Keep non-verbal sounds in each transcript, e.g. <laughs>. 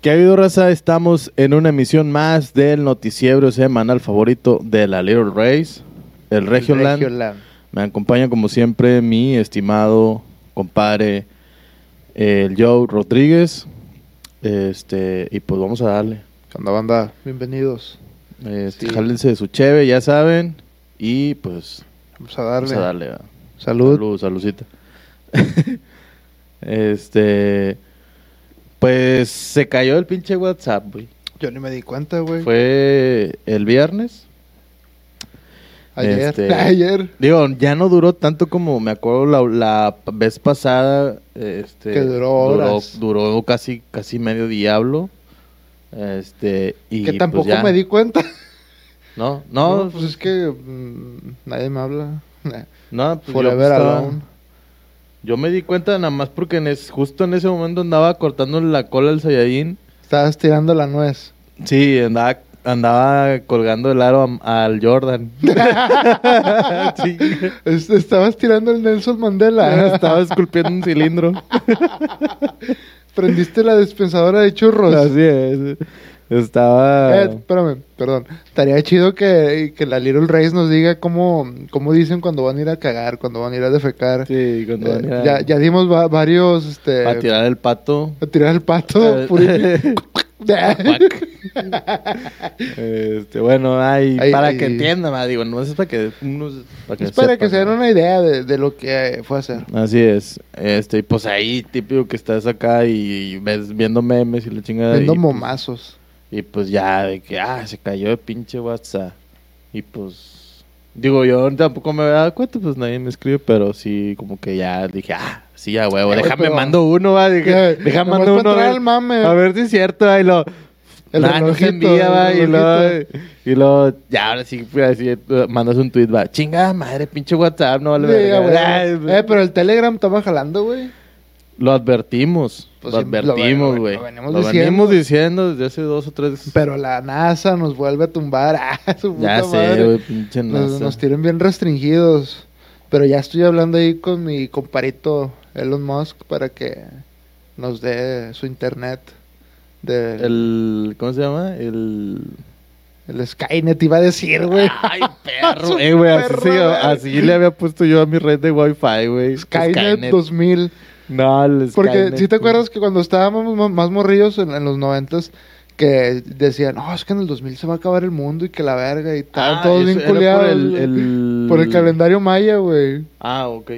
¿Qué ha habido, raza? Estamos en una emisión más del noticiero semanal favorito de la Little Race, el Regioland. Regioland. Me acompaña, como siempre, mi estimado compadre, el Joe Rodríguez. Este, y pues vamos a darle. ¿Qué onda, banda? Bienvenidos. Este, Sí. jálense de su cheve, ya saben. Y pues Vamos a darle. vamos a darle. ¿verdad? Salud. Salud, saludcita. <laughs> este. Pues se cayó el pinche WhatsApp, güey. Yo ni me di cuenta, güey. Fue el viernes. ayer. este- <laughs> Ayer. Digo, ya no duró tanto como me acuerdo la, la vez pasada. Este, Que duró horas. Duró, duró casi, casi medio diablo. Este, y que pues, tampoco ya. me di cuenta. No, no, pues es que mm, nadie me habla. Nah. no, pues, yo Forever estaba- alone. Yo me di cuenta nada más porque en es, justo en ese momento andaba cortando la cola al Saiyajin. Estabas tirando la nuez. Sí, andaba, andaba colgando el aro a- al Jordan. <laughs> <laughs> Sí. Es- Estabas tirando el <laughs> Nelson Mandela. Estaba esculpiendo un cilindro. Prendiste la dispensadora de churros. Así es. Estaba. Eh, espérame, perdón. Estaría chido que, que la Little Race nos diga cómo, cómo dicen cuando van a ir a cagar, cuando van a ir a defecar. Sí, Eh, cuando venía ya, ya dimos va- varios. Este, a tirar el pato. A tirar el pato. <laughs> Eh, <laughs> puri- este, bueno, ay, Ay, para ay. que entiendan, ma, digo, no es para que unos. Para <laughs> es para que se sepan, den una idea de, de lo que eh, fue a hacer. Así es. Este, y pues ahí, típico que estás acá y ves viendo memes y la chingada. Viendo y, momazos. y pues ya, de que, ah, se cayó el pinche WhatsApp. Y pues, digo, yo tampoco me había dado cuenta, pues nadie me escribe, pero sí, como que ya dije, ah, sí, ya huevo, Ay, déjame pero- mando uno, va, dije, déjame mando Nomás pa' uno. entrar a ver- al mame. a ver si es cierto, ahí lo. El Nah, Ah, no se relojito, envía, el va, y luego, eh, relojito. y luego, ya, ahora sí, fui así, eh, mandas un tweet, va, chingada madre, pinche WhatsApp, no vale Sí, verga". güey. Ay, Eh, pero el Telegram estaba jalando, güey. Lo advertimos, Pues lo sí, lo ven- advertimos, lo güey. Lo, venimos venimos, diciendo. diciendo desde hace dos o tres. Pero la NASA nos vuelve a tumbar. <laughs> Ah, su ya puta sé, madre. güey, pinche Nos, NASA. nos tienen bien restringidos. Pero ya estoy hablando ahí con mi comparito Elon Musk para que nos dé su internet. De El, ¿cómo se llama? El... El Skynet iba a <laughs> decir, güey. Ay, perro. <laughs> Su Eh, güey, así, perro, se llama- güey. así le había puesto yo a mi red de Wi-Fi, güey. Pues Skynet, 2000. No, el Porque si Skynet, te güey. acuerdas que cuando estábamos mo- más morrillos en, en los noventas, que decían, no, es que en el 2000 se va a acabar el mundo y que la verga y tal, Ah, todos eso bien era por culiados. el- güey, el- por el calendario maya, güey. Ah, ok.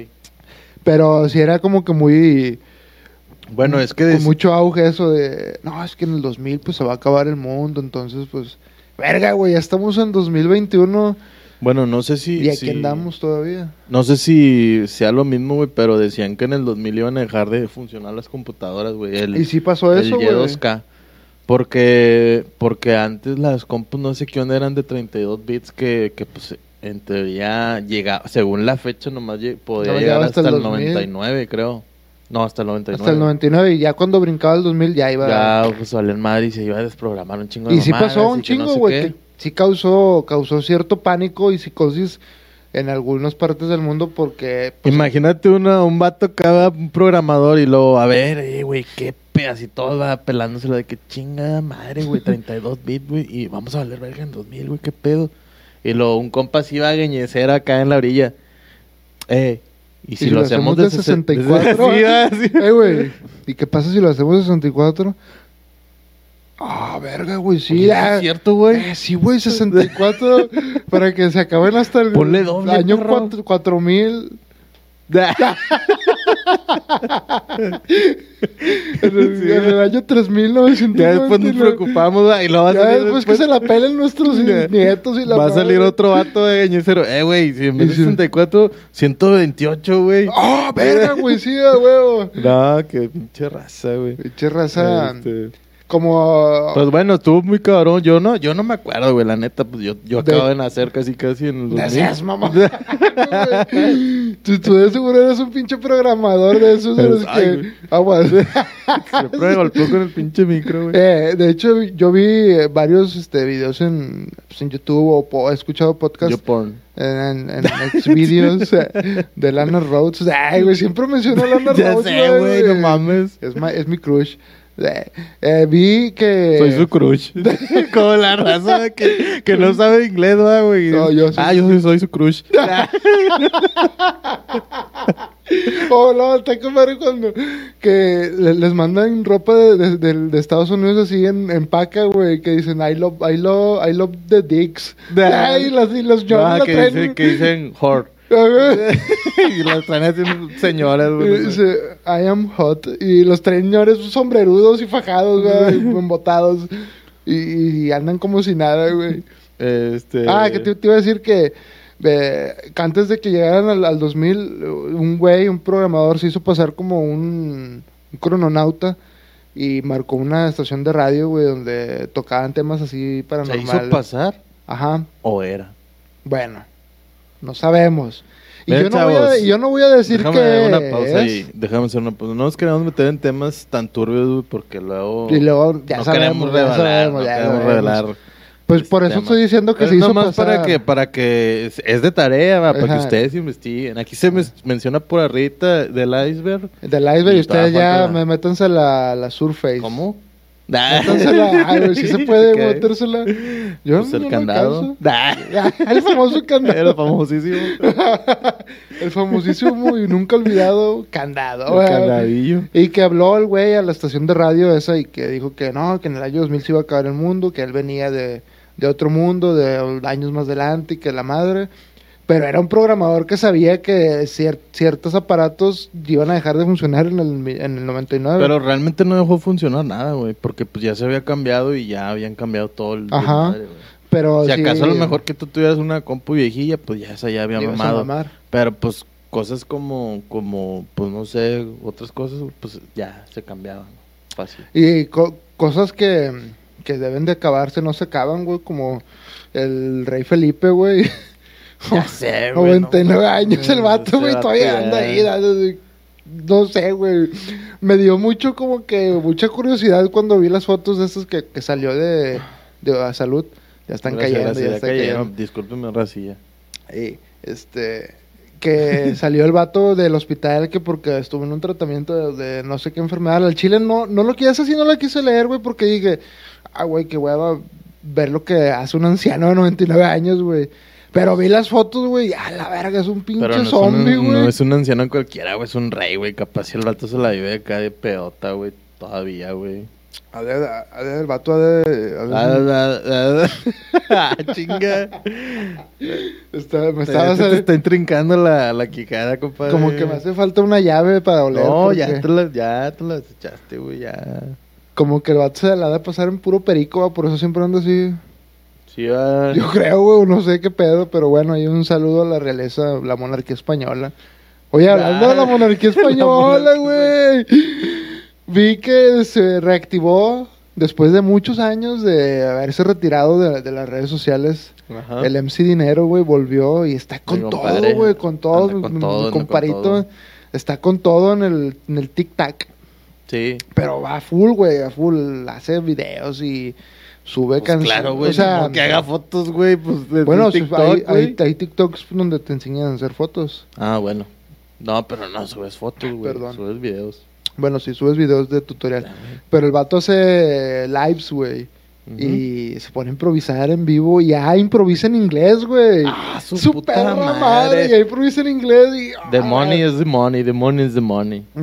Pero si era como que muy... Bueno, es que... con des- mucho auge eso de, no, es que en el 2000 pues se va a acabar el mundo, entonces pues... Verga, güey, ya estamos en 2021 Bueno, no sé si... y aquí si- andamos todavía. No sé si sea lo mismo, güey, pero decían que en el 2000 iban a dejar de funcionar las computadoras, güey. El- y sí pasó eso, el güey. Y2K. Porque, porque antes las compus no sé qué onda eran de 32 bits que, que pues en teoría llegaba, según la fecha nomás lle- podía No, llegar llegaba hasta, hasta el el 2000. 99 creo. No, hasta el 99. Hasta el 99 y ya cuando brincaba el 2000 ya iba... Ya pues salía en Madrid y se iba a desprogramar un chingo de Y sí mamadas pasó un y que no chingo, sé güey, qué. que sí causó, causó cierto pánico y psicosis en algunas partes del mundo porque... pues, Imagínate una, un vato cada un programador y luego, a ver, eh, güey, qué pedas y todo va pelándosela de que chingada madre, güey, 32 bits, güey, y vamos a valer verga en 2000, güey, qué pedo. Y luego un compa sí iba a gueñecer acá en la orilla. Eh, y si, lo, hacemos, de 64? sesen- de- <laughs> sí, ah, sí. Eh, güey, ¿y qué pasa si lo hacemos de 64? Ah, verga, güey, sí. Oye, sí ah, es cierto, güey. eh, sí, <laughs> güey, 64 para que se acaben hasta el Ponle doble, año perro. cuatro- 4000. <laughs> En el, Sí, en el año 3900. ya después nos preocupamos, güey, y luego va a Ya salir después que se la pelen nuestros <laughs> Ya. nietos y la va a madre. salir otro vato de gueñecero. Eh, güey, si en <laughs> vez de Y si- 64, 128, güey. ¡Ah, verga, güey! Sí, a huevo. No, qué pinche raza, güey. Pinche raza. Este, Como. Pues bueno, estuvo muy cabrón. Yo no, yo no me acuerdo, güey, la neta. Pues yo, yo De- acabo de nacer casi, casi en los No 2000. <laughs> seas mamá. Güey, tú, tú de seguro eres un pinche programador de esos de los Pues, Ay, que. güey. Aguas. Siempre me golpeó con el pinche micro, güey. Eh, de hecho, yo vi eh, varios este, videos en, pues, en YouTube o po- he escuchado Yo podcasts porn. en, en, en Xvideos eh, de Lana Rhodes. Ay, güey, siempre menciono a Lana <laughs> Ya Rhodes. sé, güey, no mames. Es, ma- es mi crush. Eh, eh, vi que... Soy su <laughs> crush. Como la raza que, que no sabe inglés, ¿verdad, güey. No, yo soy- Ah, yo soy, soy su crush. <laughs> Oh, no, está con madre cuando que le- les mandan ropa de, de- de- de Estados Unidos así en, en paca, güey, que dicen I love, I love, I love the dicks. Da. Ay, las, y los <laughs> No, Johnny la que, traen- dice- que dicen <laughs> whore. <laughs> Ajá. y las traen así señoras, güey. no sé. Dice, I am hot. Y los traen señores sombrerudos y <laughs> fajados, güey, embotados. Y, y andan como si nada, güey. Este... Ah, que te, te iba a decir que, eh, que antes de que llegaran al, al 2000, un güey, un programador, se hizo pasar como un, un crononauta y marcó una estación de radio, güey, donde tocaban temas así ¿Se paranormales. hizo pasar Ajá, o era? bueno, no sabemos. Y Ven, yo no, voy a, chavos, y yo no voy a decir Déjame que una pausa es. ahí. Déjame hacer una pausa. No nos queremos meter en temas tan turbios, güey, porque luego... Y luego ya no sabemos, queremos ya revelar, sabemos, no ya queremos sabemos. revelar Pues este por eso tema. estoy diciendo que Pero se hizo nomás pasar. para que, para que es, es de tarea, va, para Ajá. que ustedes investiguen. Aquí se mes- menciona por arriba del iceberg. Del iceberg y Y ustedes todavía ya falta- me métanse la, la Surface. ¿Cómo? Nah. <laughs> Métansela, ay, güey, si se puede Ok. metérsela. Yo Pues no- el yo no candado. alcanzo. Nah. el <laughs> famoso Era candado. <laughs> famosísimo. el famosísimo y nunca olvidado candado. El güey. candadillo. Y que habló el güey a la estación de radio esa y que dijo que no, que en el año 2000 se iba a acabar el mundo, que él venía de, de otro mundo, de años más adelante y que la madre. Pero era un programador que sabía que cier- ciertos aparatos iban a dejar de funcionar en el, mi- en el 99. Pero realmente no dejó funcionar nada, güey, porque pues ya se había cambiado y ya habían cambiado todo el Ajá. desmadre, güey. Pero Si sí, acaso a lo mejor que tú tuvieras una compu viejilla, pues ya esa ya había ibas a mamado. mamar. Pero pues cosas como, como, pues no sé, otras cosas, pues ya se cambiaban. Fácil. Y co- cosas que, que deben de acabarse no se acaban, güey, como el rey Felipe, güey. <laughs> Ya <laughs> sé, güey, 99 no. años el vato, Ese güey, vato todavía ya. anda ahí. dando- No sé, güey. Me dio mucho como que mucha curiosidad cuando vi las fotos de esas que, que salió de, de a salud. Ya están Gracias, cayendo, gracias, ya están cayeron. cayendo. Discúlpeme, racilla. Y, este que <laughs> salió el vato del hospital que porque estuvo en un tratamiento de, de no sé qué enfermedad. Al chile no, no lo quise así, no la quise leer, güey, porque dije, ah, güey, qué hueva ver lo que hace un anciano de 99 años, güey. Pero vi las fotos, güey, y, a la verga, es un pinche Pero no, zombie, es un, güey. no es un anciano cualquiera, güey, es un rey, güey. Capaz si el vato se la vive acá de peota, güey, todavía, güey. A ver, a a ver, el vato ha de... ha <laughs> Ah, de- ah, <laughs> ah, ah, chinga. está- me Estaba estaba te está intrincando la, la quijada, compadre. como que me hace falta una llave para oler. No, ya porque te, la, ya te las echaste, güey, ya. Como que el vato se la ha de pasar en puro perico, va, por eso siempre anda así... Sí, va. <laughs> Yo creo, güey, no sé qué pedo, pero bueno, hay un saludo a la realeza, la monarquía española. Oye, hablando de la Ah, monarquía <laughs> la española, monarquía güey, vi que se reactivó después de muchos años de haberse retirado de, de las redes sociales. Ajá. El MC Dinero, güey, volvió y está Mi con todo, compadre. güey, con todo. Anda con mi- todo, mi anda con comparito todo. está con todo en el, en el tic-tac. Sí. Pero va a full, güey, a full. Hace videos y sube Pues canciones. claro, güey. O sea, como que haga fotos, güey, pues de bueno, bueno, sí, TikTok, hay, hay- güey. hay TikToks donde te enseñan a hacer fotos. Ah, bueno. No, pero no subes fotos, güey. Perdón. Subes videos. Bueno, si subes videos de tutorial. Pero el vato hace lives, güey. Y se pone a improvisar en vivo. Y ah, improvisa en inglés, güey. Ah, su, puta perra madre. Y ahí improvisa en inglés. Y, ah, The money is the money, the money is the money. <laughs>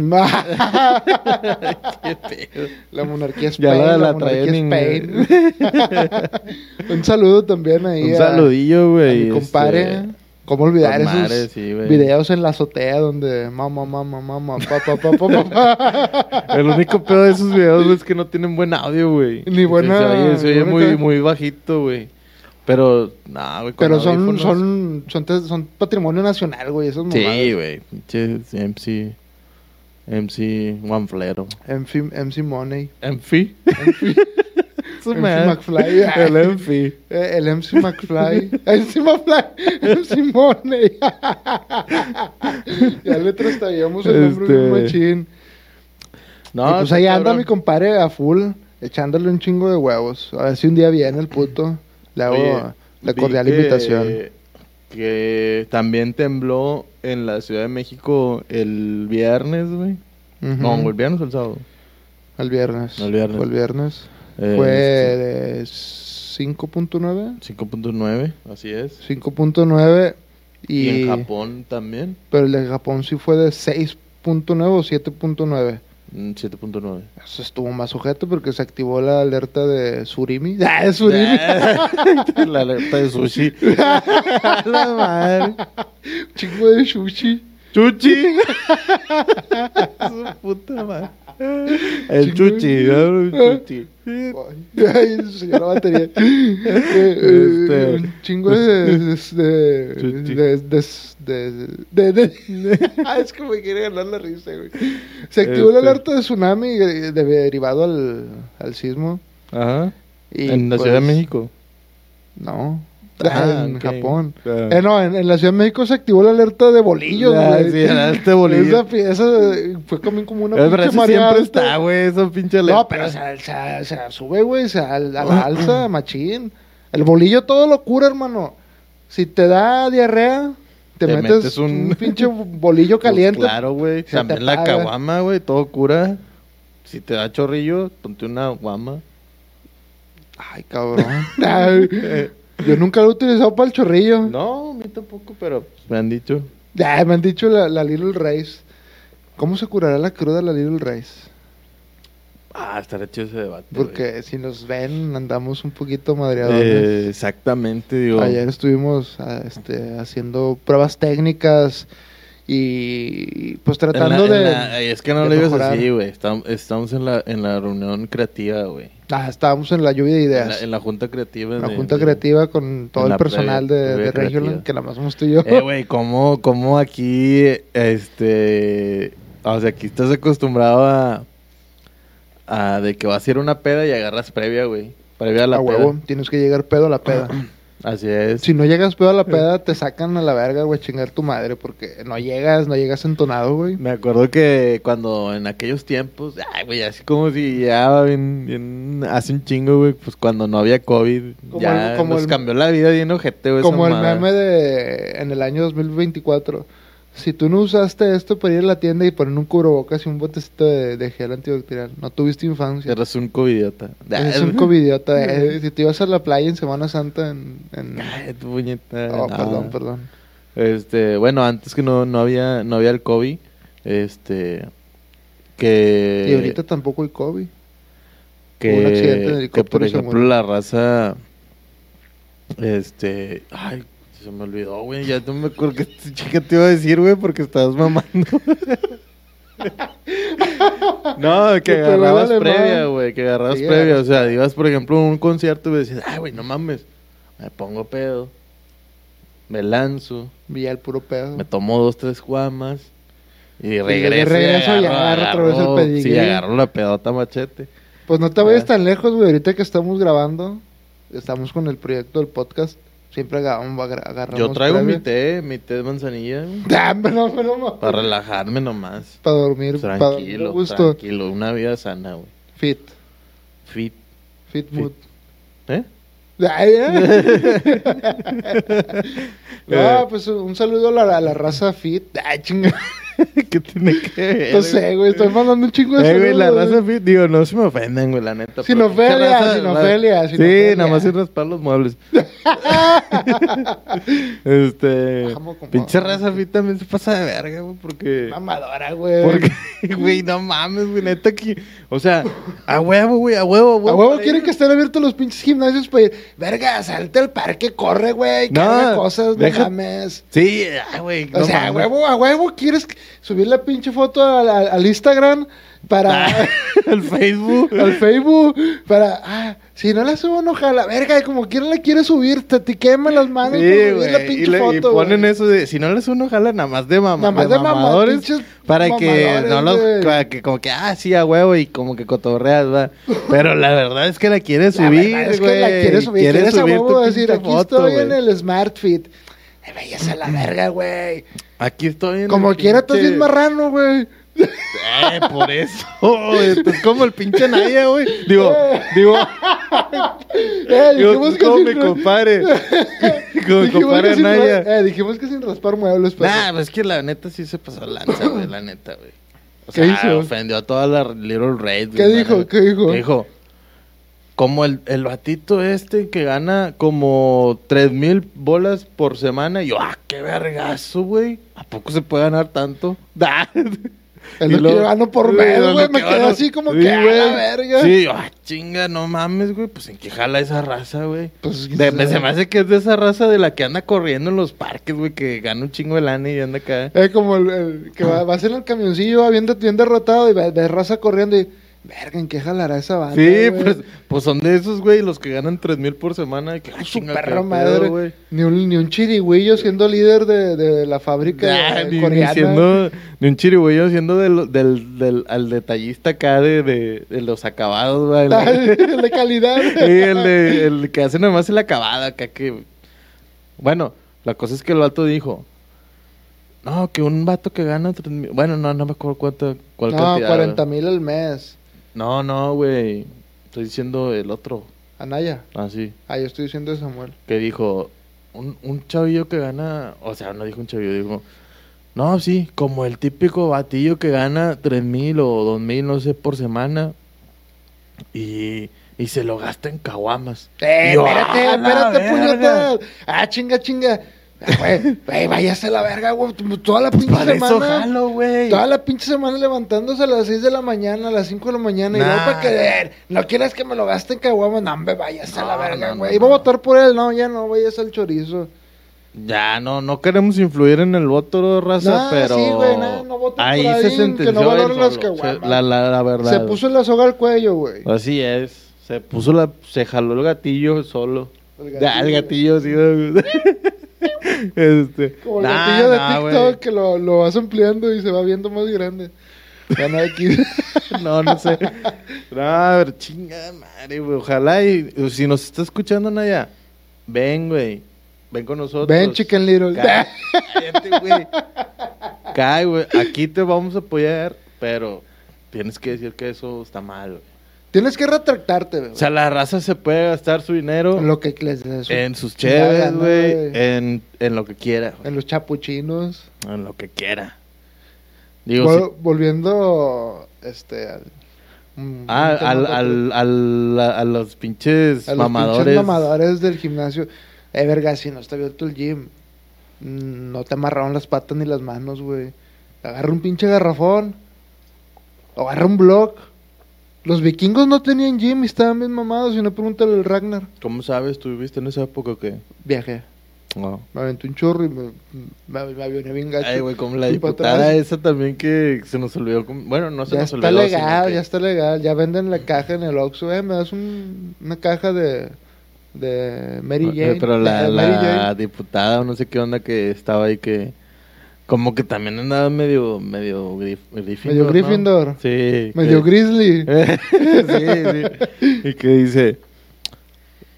Qué pedo. <laughs> la monarquía Ya Spain. la, La, la traía monarquía en Spain. inglés. <laughs> Un saludo también ahí. Un a- saludillo, a güey. mi compadre. este, ¿Cómo olvidar con esos madre, sí, güey. videos en la azotea donde mamá, mamá, mamá, papá, papá, papá? El único pedo de esos videos güey, es que no tienen buen audio, güey. Ni buena- Se oye, se ni oye buena muy, calidad. muy bajito, güey. Pero, nah, güey. con Pero son, audífonos- son, son, te- son patrimonio nacional, güey, esos Sí, mamadas. güey. Pinches MC. MC Juanflero. MC, MC Money. ¿Enfi? <laughs> Su MC madre. McFly. <laughs> El Enfi. <laughs> Eh, El MC McFly. <laughs> MC McFly. <laughs> MC Money. <laughs> ya le trastaríamos el nombre de un Este. machín. <laughs> No, y pues está ahí anda cabrón. mi compadre a full, echándole un chingo de huevos. A ver si un día viene el puto. Le hago Oye, la vi cordial que- invitación. Que también tembló en la Ciudad de México el viernes, güey. Ujú. No, el viernes o el sábado. El viernes. El viernes. Fue el viernes. Eh, Fue sí. de 5.9. 5.9, así es. 5.9 y, Y... en Japón también, Pero el de Japón sí fue de 6.9 o 7.9. mm, 7.9. Eso estuvo más sujeto porque se activó la alerta de Surimi. <laughs> ¡Ah, de Surimi! <laughs> La alerta de sushi. <laughs> la madre. Chico de sushi. ¡Chuchi! Su puta madre. El chuchi, ¿no? El chuchi. Ay, se cayó la batería. Este... Este- Un chingo de. de. de. de. de- de- de- Ah, es que me quiere ganar la risa, güey. Se activó la Este- alerta de tsunami eh, de- derivado al, al sismo. Ajá. Y, en la pues, Ciudad de México. No. Ah, en ok. Japón. Ah. Eh, no, en, en la Ciudad de México se activó la alerta de bolillos, Ah, güey. sí, la alerta de bolillos. Esa, pi- esa, eh, fue como, como una Es verdad, pinche eso siempre mareada. está, güey. Esa pinche No, alerta. pero se, se- se sube, güey, se al- a la alza, <clears throat> machín. El bolillo todo lo cura, hermano. Si te da diarrea, te, Te metes, metes un... un- pinche <laughs> bolillo Pues caliente. claro, güey. se te También la apaga. caguama, güey. Todo cura. Si te da chorrillo, ponte una <laughs> guama. Ay, cabrón. <laughs> Ay, yo nunca lo he utilizado para el chorrillo. No, a mí tampoco, pero me han dicho. Ay, me han dicho la, la Little Rice. ¿Cómo se curará la cruda la Little Rice? Ah, estará chido ese debate. güey. Porque si nos ven, andamos un poquito Eh, madreadones. exactamente, digo. Ayer estuvimos ah, este, haciendo pruebas técnicas y pues en la- tratando en de... la- ay, es que no de le digas mejorar. así, güey. Estam- Estamos en la, en la reunión creativa, güey. Ah, estábamos en la lluvia de En ideas. la, en la junta creativa. la de- junta de- creativa con todo en el la personal previa- de, de previa Regiolan, creativa. que nada más somos tú y yo. Eh, güey, ¿cómo, ¿cómo aquí, este, o sea, aquí estás acostumbrado a, a de que vas a ir a una peda y agarras previa, güey, previa a la a peda. huevo, tienes que llegar pedo a la peda. <laughs> Así es. si no llegas pedo a la peda, te sacan a la verga, güey, chingar tu madre, porque no llegas, no llegas entonado, güey. Me acuerdo que cuando en aquellos tiempos, ay, güey, así como si ya bien, bien- hace un chingo, güey, pues cuando no había COVID, Como ya el- como nos el- cambió la vida bien ojete, güey. esa Como el madre. meme de en el año 2024. Si tú no usaste esto para ir a la tienda y poner un cubrebocas y un botecito de, de gel antibacterial, no tuviste infancia. Eres un covidiota. Ah, Eres <laughs> un covidiota. eh. Si te ibas a la playa en Semana Santa en... en- Ay, tu puñeta. Oh, no. perdón, perdón. Este, bueno, antes que no, no había, no había el COVID, este, que, Y ahorita tampoco hay COVID. que, hubo un accidente en que, por helicóptero y se ejemplo murió. la raza, este, ay, se me olvidó, güey, ya no me acuerdo qué te- qué te iba a decir, güey, porque estabas mamando. <laughs> no, que Que te vaya agarrabas alemán. previa, güey, que agarrabas Sí, previa, o agarras sea, ibas, por ejemplo, a un concierto y decías, ay, güey, no mames, me pongo pedo, me lanzo. Vi el puro pedo. Me tomo dos, tres guamas. Y de regreso. regreso y agarro- agarro otra vez el agarro- pedigrí. Sí, agarro la pedota machete. Pues no te vayas Ah. tan lejos, güey. Ahorita que estamos grabando, estamos con el proyecto del podcast. Siempre agarramos, agarramos Yo traigo previa. mi té, mi té de manzanilla, güey, <laughs> Ah, no, no, no, no. Para relajarme nomás. Para dormir, para dormir a Tranquilo, gusto. tranquilo. Una vida sana, güey. Fit, Fit. fit mood. ¿Eh? <laughs> <laughs> Ay, ay. Eh. no, pues un saludo a la, a la raza fit. Ay, <laughs> chinga. ¿Qué tiene que <laughs> ver? No sé, güey, estoy mandando un chingo de Eh, güey, saludos, la güey. raza fit, digo, no se me ofenden, güey, la neta. Sin pero pinche ofelia, raza, sin la- ofelia, sin Sí, ofelia. nada más sin raspar los <laughs> muebles. este. Vamos, compadre. Pinche raza fit también se pasa de verga, güey, porque. Mamadora, güey. Porque, <laughs> güey, no mames, güey, neta que... O sea, a huevo, güey, a huevo, a huevo. A huevo para quieren ir. que estén abiertos los pinches gimnasios para ir. Verga, salte al parque, corre, güey. No, carga cosas, no deja- mames. Sí, ah, güey, O no sea, a mames. <laughs> huevo, a huevo quieres que- subir la pinche foto al, al- al Instagram para. <laughs> Ah, el Facebook. al Facebook para ah, si no la subo no jala verga y como quiera la quiere subir te, te queman las manos por Sí, subir la güey. pinche Y, le- y foto ponen güey. eso de... Si no les uno, jala nada más de, mamá Nada más de, de mamá- mamadores. pinches para que mamadores, no los... güey. Para que como que, ah, sí, a huevo, y como que cotorreas, va. Pero la verdad es que la quieres La subir, verdad es que güey. la quiere subir Quieres quieres a subir tu huevo decir pinche aquí foto, estoy güey. en el Smart Fit Eh, Te vayas a la verga güey Aquí estoy en como el quiera estás pinche- bien marrano güey Eh, por eso. Esto es como el pinche Naya, güey. Digo, digo, eh, digo <laughs> dijimos que como sin mi ra- <laughs> compadre. Como mi dijimos que compadre sin ra- Naya. pues, eh, dijimos que sin raspar muebles pero Nah, pues es que la neta sí se pasó lanza, güey, la neta, güey. O ¿Qué sea, hizo? ofendió a toda la Little Red. güey, ¿Qué madre, dijo? güey. ¿Qué dijo? Que dijo, como el, el batito este que gana como tres mil bolas por semana. Y yo, ah, qué vergazo, güey. ¿A poco se puede ganar <laughs> tanto? Es Y lo que luego- yo gano por Sí, mes, lo güey. que Me quedé gano. así como Sí, que a la güey. verga. Sí, yo, ah, chinga, no mames, güey. Pues en qué jala esa raza, güey. Pues, De- <laughs> me- se me hace que es de esa raza de la que anda corriendo en los parques, güey, que gana un chingo de lana y anda acá. Es como el, el que va, vas en el camioncillo, va bien, de- bien derrotado y ves ves raza corriendo y. Verga, ¿en qué jalará esa banda? Sí, güey? pues, pues son de esos, güey, los que ganan tres mil por semana. y Que, ah, Ay, su chinga, qué perra pedo, madre. güey. ni, un, ni un chirigüillo siendo líder de, de la fábrica Ah, eh, ni, ni coreana. <laughs> siendo de un chirigüeyo siendo del, del, del- al detallista acá de, de, de los acabados, güey. El, el Ah, de calidad. <laughs> sí, el de- el que hace nomás el acabado acá que... Bueno, la cosa es que el vato dijo... No, que un vato que gana tres mil... Bueno, no, no me acuerdo cuánto, cuál <laughs> No, cantidad. 40 mil al mes. No, no, güey. Estoy diciendo el otro. Anaya. Así. Ah, yo estoy diciendo de Samuel. que dijo, un, un chavillo que gana, o sea, no dijo un chavillo, dijo, no, sí, como el típico batillo que gana tres mil o dos mil, no sé, por semana, y, y se lo gasta en caguamas. Eh, Y <laughs> yo, espérate, "A la espérate, verga". puñetas. Ah, chinga, chinga. Ah, Güey, güey, váyase a la verga, güey. Tú- Toda la <laughs> pinche Pues Para eso semana. jalo, güey. Toda la pinche semana levantándose a las 6 de la mañana, a las 5 de la mañana. Y Nah. luego para querer. No quieras que me lo gasten, caguama. No, hombre, vayas a la No, verga, no, no, güey. no. Iba a votar por él. No, ya no, vayas al chorizo. Ya, no, no queremos influir en el voto de raza, Nah, pero... sí, güey, nah, no voten por ahí alguien se que sentenció no valore él las solo. Se- caguamas. la, la, la verdad. Se puso la soga al cuello, güey. Así es. Se puso la... Se jaló el gatillo solo. El Ya, el gatillo. gatillo, sí. ¿no? <laughs> este. Como el Nah, gatillo de nah, TikTok güey. que lo, lo vas ampliando y se va viendo más grande. Ya no hay que- <laughs> No, no sé. No, a ver, chingada madre, güey. Ojalá y y si nos está escuchando Naya, ven, güey. Ven con nosotros. Ven, Chicken Little. <laughs> Cá- Cállate, güey. Cae, güey. Aquí te vamos a apoyar, pero tienes que decir que eso está mal, güey. Tienes que retractarte, güey. O sea, la raza se puede gastar su dinero lo que les des su- en sus chingada cheves, gana, güey. En, en lo que quiera, güey. En los chapuchinos. En lo que quiera. Digo, Vol- si- Volviendo este al, mm, Ah, un tema al, para- al, al, a, a los pinches a los mamadores. pinches mamadores del gimnasio. Eh, verga, si no está abierto el gym, mm, no te amarraron las patas ni las manos, güey. Agarra un pinche garrafón. O agarra un block. Los vikingos no tenían gym y estaban bien mamados. Y no pregúntale al Ragnar. ¿Cómo sabes? ¿Tú viviste en esa época o qué? Viajé. No. Me aventé un chorro y me, me, me avioné bien gacho. Ay, güey, como la Y pa' diputada atrás. esa también que se nos olvidó. com- Bueno, no se ya nos está olvidó. sino legal, que- ya está legal. Ya venden la caja en el Oxxo. Eh, me das un- una caja de, de Mary Eh, Jane. Pero la, de Mary la Jane. diputada o no sé qué onda que estaba ahí que... Como que también andaba medio... Medio grif, Gryffindor, Medio ¿no? Gryffindor. Sí. Medio que- Grizzly. sí, sí. <laughs> Y que dice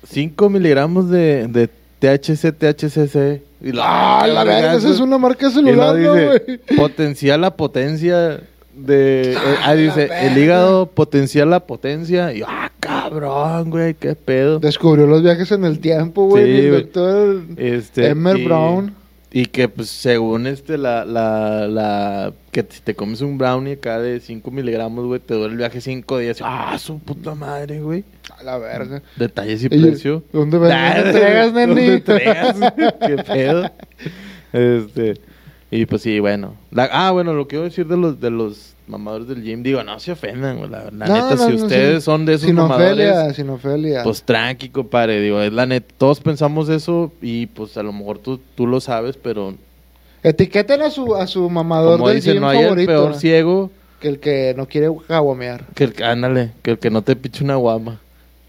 5 miligramos de, de THC, THCC. Y lo- ah, la verga, esa es una marca Y luego celular, ¿no, güey? dice, potenciar la potencia de... eh, ah, Ah, la dice, el verga. hígado potenciar la potencia. Y yo, ah, cabrón, güey, qué pedo. Descubrió los viajes en el tiempo, güey. Sí, el güey. doctor Este, Emmer y- Brown. Y que, pues, según este, la, la, la... Que si te comes un brownie acá de 5 miligramos, güey, te duele el viaje 5 días. Ah, su puta madre, güey. A la verga. Detalles y Ella- precio. ¿Dónde ven- Ah, dónde entregas, ¿dónde neni? <laughs> entregas? ¿Qué pedo? Este, y pues sí, bueno. La- ah, bueno, lo que iba a decir de los, de los mamadores del gym, digo, no se ofendan, güey. La, la No, neta, no, si no, ustedes sin- son de esos Sin mamadores, Ofelia, sin Ofelia. pues tranqui, compadre. Digo, es la neta, todos pensamos eso y pues a lo mejor tú, tú lo sabes, pero Etiqueten a su, a su mamador como del dicen, gym no hay el favorito. peor ciego Que el que no quiere caguamear. que el, que- ándale, que el que no te piche una guama.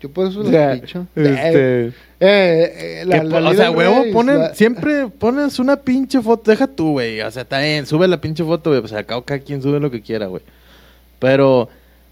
Yo por eso O lo sea, he dicho. Eh, este... eh, eh, la- Que la po- o sea, Little huevo, Grace, ponen, la- siempre pones una pinche foto, deja tú, güey, o sea, está bien, sube la pinche foto, güey, o sea, acá cada quien sube lo que quiera, güey. Pero,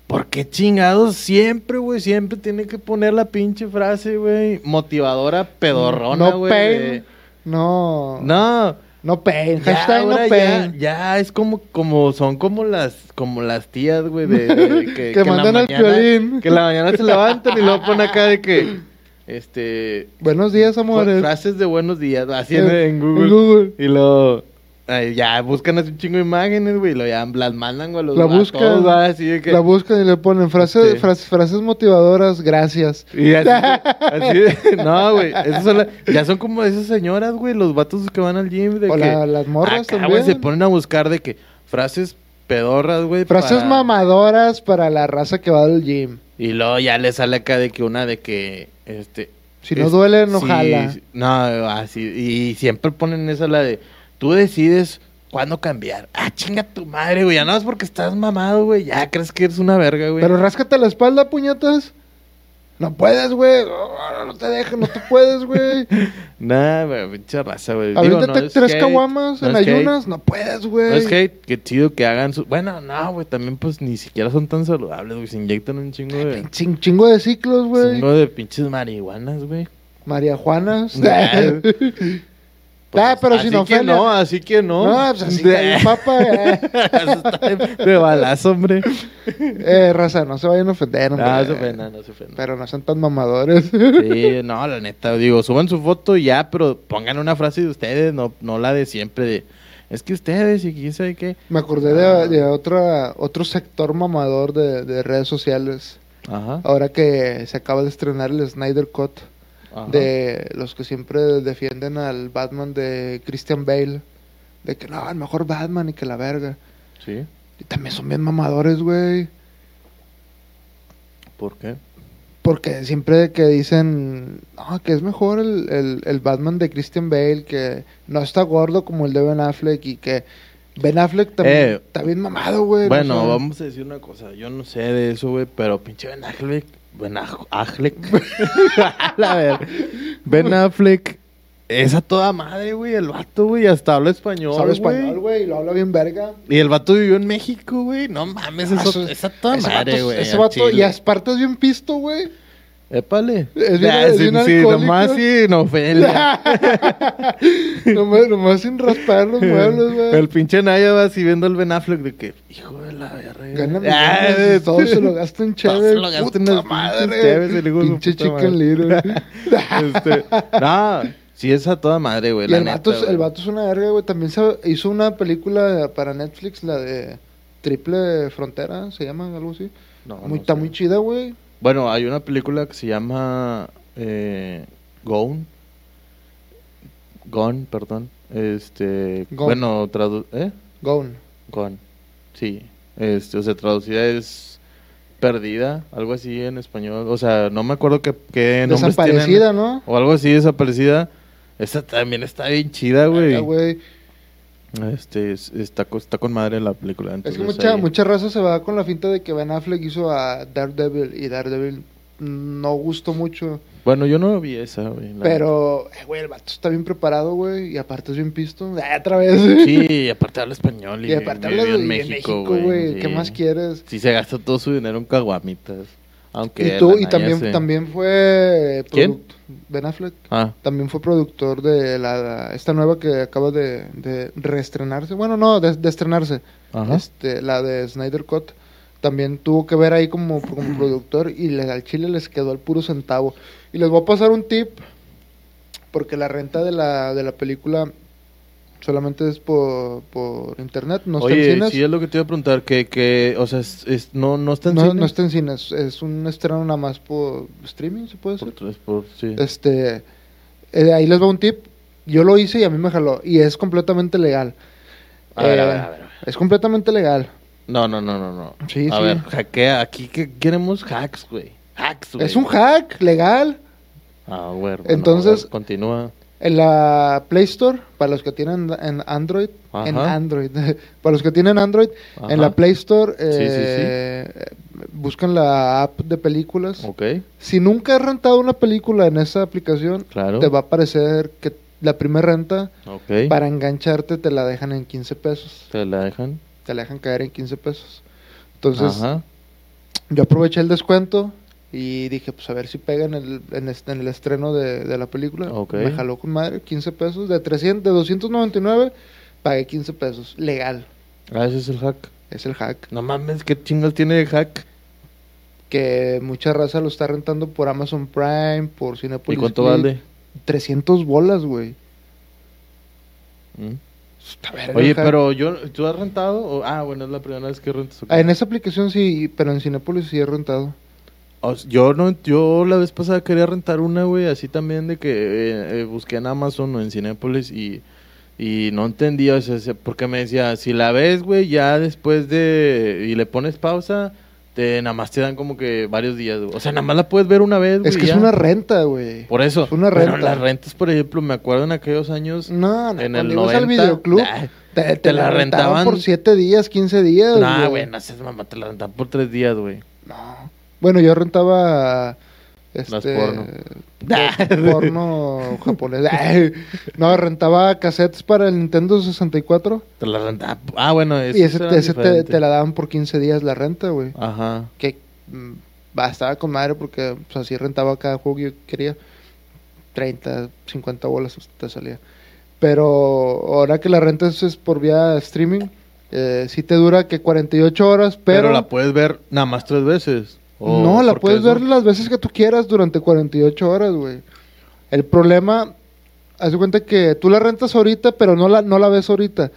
¿por qué chingados siempre, güey, siempre tiene que poner la pinche frase, güey, motivadora, pedorrona, No güey? pain. de- No. No, No, pain. ya, Hashtag no ahora ya, pain. ya es como, como, son como las, como las tías, güey, de, de- que, <laughs> Que en la mandan al mañana- piolín. Que en la mañana se levantan y luego ponen acá de que, este, Buenos días, Fue- amores. Frases de buenos días, así Eh, en, en Google. en Google. Y lo Ay, ya buscan así un chingo de imágenes, güey, y lo ya las mandan, güey, a los La a buscan. todos, güey, así de que- La buscan y le ponen frases, Sí. frases, frases motivadoras, gracias. Y <laughs> así, así de- <laughs> no, güey, esas son la- ya son como esas señoras, güey, los vatos que van al gym de O que la- las morras acá, güey, también. se ponen a buscar de que frases pedorras, güey, Frases para- mamadoras para la raza que va al gym. Y luego ya le sale acá de que una de que este Si no es- duele, no sí, jala. sí, No, así y siempre ponen esa la de tú decides cuándo cambiar. Ah, chinga tu madre, güey, ya no es porque estás mamado, güey, ya crees que eres una verga, güey. Pero ráscate la espalda, puñetas. No puedes, güey. Oh, No te dejes, no te puedes, güey. Nah, güey, pinche raza, güey. <laughs> Digo, Ahorita no te es tres hate, caguamas no en es hate, ayunas. No puedes, güey. No es hate, qué chido que hagan su... Bueno, no, güey, también pues ni siquiera son tan saludables, güey. Se inyectan un chingo de... Chin- chingo de ciclos, güey. Chingo de pinches marihuanas, güey. María <laughs> Juanas. Nah. Ah, pero Pues, así sin que ofender. no, así que no. No, pues así <laughs> que el papa, eh. Eso está de, de balazo, hombre. <laughs> Eh, raza, no se vayan a ofender, No, hombre. no se ofenda, no se ofenda. Pero no sean tan mamadores. Sí, no, la neta, digo, suban su foto y ya, pero pongan una frase de ustedes, no, no la de siempre de... Es que ustedes y quién sabe qué... <laughs> Me acordé Ah. de, de otra, otro sector mamador de, de redes sociales. Ajá. Ahora que se acaba de estrenar el Snyder Cut ajá. Oh, de los que siempre defienden al Batman de Christian Bale. De que no, el mejor Batman y que la verga. Sí, Y también son bien mamadores, güey. ¿por qué? Porque siempre que dicen, no, que es mejor el, el- el Batman de Christian Bale, que no está gordo como el de Ben Affleck y que Ben Affleck también Eh, está bien mamado, güey. Bueno, o sea, vamos a decir una cosa. Yo no sé de eso, güey, pero pinche Ben Affleck. Ben Aj- <laughs> Affleck. <laughs> a ver. Ben Affleck. Es a toda madre, güey. El vato, güey. Hasta habla español. Sabe güey. español, güey, y lo habla bien verga. Y el vato vivió en México, güey. No mames, Ah, eso, su- es a toda ese madre, vato- güey. Ese al vato, chile. y Esparta es bien pisto, güey. Épale. es bien- Ah, Ah, es sí, bien sí, alcohólico. nomás sin <laughs> ofender. <laughs> nomás, nomás sin raspar los muebles, güey. El pinche Naya va así viendo al Ben Affleck de que, hijo de la verga. Gana Ah, millones, y todo <laughs> se lo gasta en Todo chévere. se lo gasta en las pinches cheves, el hijo de su Pinche puta chicken madre. <laughs> little. Este, no, sí es a toda madre, güey. Y la el vato, neta, es, güey. el vato es una verga, güey. También se hizo una película para Netflix, la de Triple Frontera, se llama algo así. No, Muy- no está sé. muy chida, güey. Bueno, hay una película que se llama eh, Gone. Gone, perdón. Este, Gone. bueno, tradu ¿eh? Gone. Gone. Sí. Este, o sea, traducida es perdida, algo así en español. O sea, no me acuerdo qué, qué nombres tienen. Desaparecida, ¿no? O algo así, desaparecida. Esta también está bien chida, güey. Ah, güey. Este, es- está, co- está con madre la película. Es que entonces mucha, ahí- mucha raza se va con la finta de que Ben Affleck hizo a Daredevil y Daredevil no gustó mucho. Bueno, yo no vi esa, güey. la Pero, eh, güey, el vato está bien preparado, güey. Y aparte es bien pisto. <laughs> Ah, otra vez. <laughs> Sí, y aparte habla español y, y aparte vivió habla de en México, güey. ¿Qué sí. más quieres? Sí, se gastó todo su dinero en caguamitas. Aunque y tú, la y Naya también, se- también fue. ¿Quién? product- Ben Affleck. Ah, También fue productor de la, esta nueva que acaba de, de reestrenarse. Bueno, no, de, de estrenarse. ajá. Este, la de Snyder Cut. También tuvo que ver ahí <clears throat> como, como productor y le- al chile les quedó el puro centavo. Y les voy a pasar un tip, porque la renta de la, de la película solamente es por, por internet, no está en Oye, cines. sí es lo que te iba a preguntar, que, que o sea, es- es- no, no está en no, cines. no está en cines, es un estreno nada más por streaming, se puede decir. Por- es por- sí. Este, eh, ahí les va un tip. Yo lo hice y a mí me jaló. Y es completamente legal. A ver, a Eh, ver, a ver, a ver. Es completamente legal. No, no, no, no, no. Sí, a sí. ver, hackea. Aquí que queremos hacks, güey. Hacks, güey. Es un hack legal. Ah, güey. hermano, Entonces- a ver, continúa. En la Play Store, para los que tienen en Android, en Ajá. Android, <laughs> para los que tienen Android, Ajá. en la Play Store sí, sí. eh, buscan la app de películas. Ok, Si nunca has rentado una película en esa aplicación, claro. te va a aparecer que la primera renta, Ok. para engancharte, te la dejan en 15 pesos. Te la dejan. Te la dejan caer en 15 pesos. Entonces, Ajá. yo aproveché el descuento y dije, pues a ver si pega en el, en est- en el estreno de, de la película. Ok. Me jaló con madre, 15 pesos. De, 300, de 299, pagué 15 pesos. Legal. Ah, ese es el hack. Es el hack. No mames, ¿qué chingas tiene de hack? Que mucha raza lo está rentando por Amazon Prime, por Cinepolis. ¿Y cuánto Click. vale? 300 bolas, güey. Está verga, Mm. Oye, acá. pero yo, ¿tú has rentado? O- ah, bueno, es la primera vez que rentas. Ah, En esa aplicación sí, pero en Cinepolis sí he rentado. O s- yo no, yo la vez pasada quería rentar una, güey, así también de que eh, eh, busqué en Amazon o en Cinépolis y, y no entendía, o sea, se- porque me decía, si la ves, güey, ya después de, y le pones pausa, te, nada más te dan como que varios días, güey. o sea, nada más la puedes ver una vez, Pues, güey. Es que ya. es una renta, güey. Por eso. es una Pero renta. las rentas, por ejemplo, me acuerdo en aquellos años, No, no, en el cuando ibas 90. al videoclub, ah, te, te te la la rentaban- rentaban por 7 días, 15 días. nah, güey, no seas mamá, te la rentan por tres días, güey. No. Bueno, yo rentaba. Este, Las porno. <laughs> por- porno japonés. <laughs> Ay, No, rentaba cassettes para el Nintendo 64. Te la rentan. Ah, bueno, eso y ese, ese te, te la daban por 15 días la renta, güey. Ajá. Que mm, bastaba con madre porque pues, así rentaba cada juego que yo quería. 30, 50 bolas te salía. Pero ahora que la renta es, es por vía streaming, eh, sí te dura que 48 horas, Pero, pero... la puedes ver nada más tres veces. ¿O no, la por puedes qué ver eso? las veces que tú quieras durante 48 horas, güey. El problema, haz de cuenta que tú la rentas ahorita, pero no la, no la ves ahorita.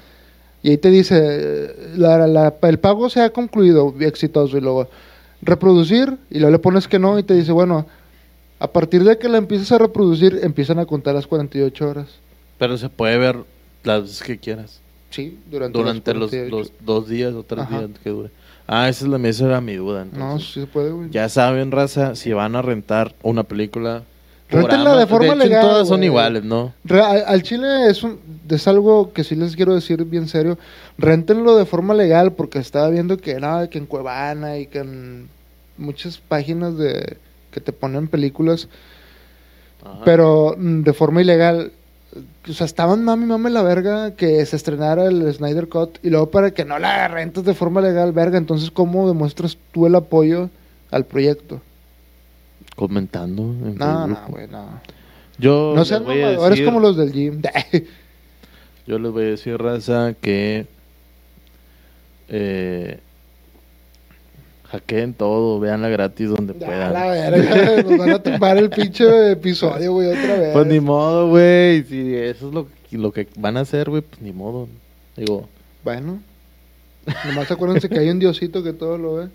Y ahí te dice, eh, la- la- el pago se ha concluido exitoso y luego reproducir y luego le pones que no y te dice, bueno, a partir de que la empieces a reproducir empiezan a contar las 48 horas. Pero se puede ver las veces que quieras. Sí, durante, las Durante los, 48. los dos días o tres Ajá. días que dure. Ah, esa es la mesa era mi duda. No, Entonces. sí se puede, güey. Ya saben, raza, si van a rentar una película. por Réntenla de Amazon- forma hecho, en legal, Todas son güey. iguales, ¿no? Re- al, al Chile es, un, es algo que sí les quiero decir bien serio. Réntenlo de forma legal porque estaba viendo que nada, que en Cuevana y que en muchas páginas de que te ponen películas, Ajá. pero mm, de forma ilegal. O sea, estaban mami, mami la verga que se estrenara el Snyder Cut y luego para que no la rentes de forma legal, verga. Entonces, ¿cómo demuestras tú el apoyo al proyecto? Comentando. en No, el no, grupo. güey, no. Yo No les sean voy a mamadores decir- como los del gym. <laughs> Yo les voy a decir, raza, que eh, hackeen todo, veanla gratis donde Ya, puedan. la verga, nos van a tumbar el pinche episodio, güey, otra vez. Pues ni modo, güey. Si eso es lo, lo que van a hacer, güey, pues ni modo. Digo, Bueno, nomás acuérdense que hay un diosito que todo lo ve.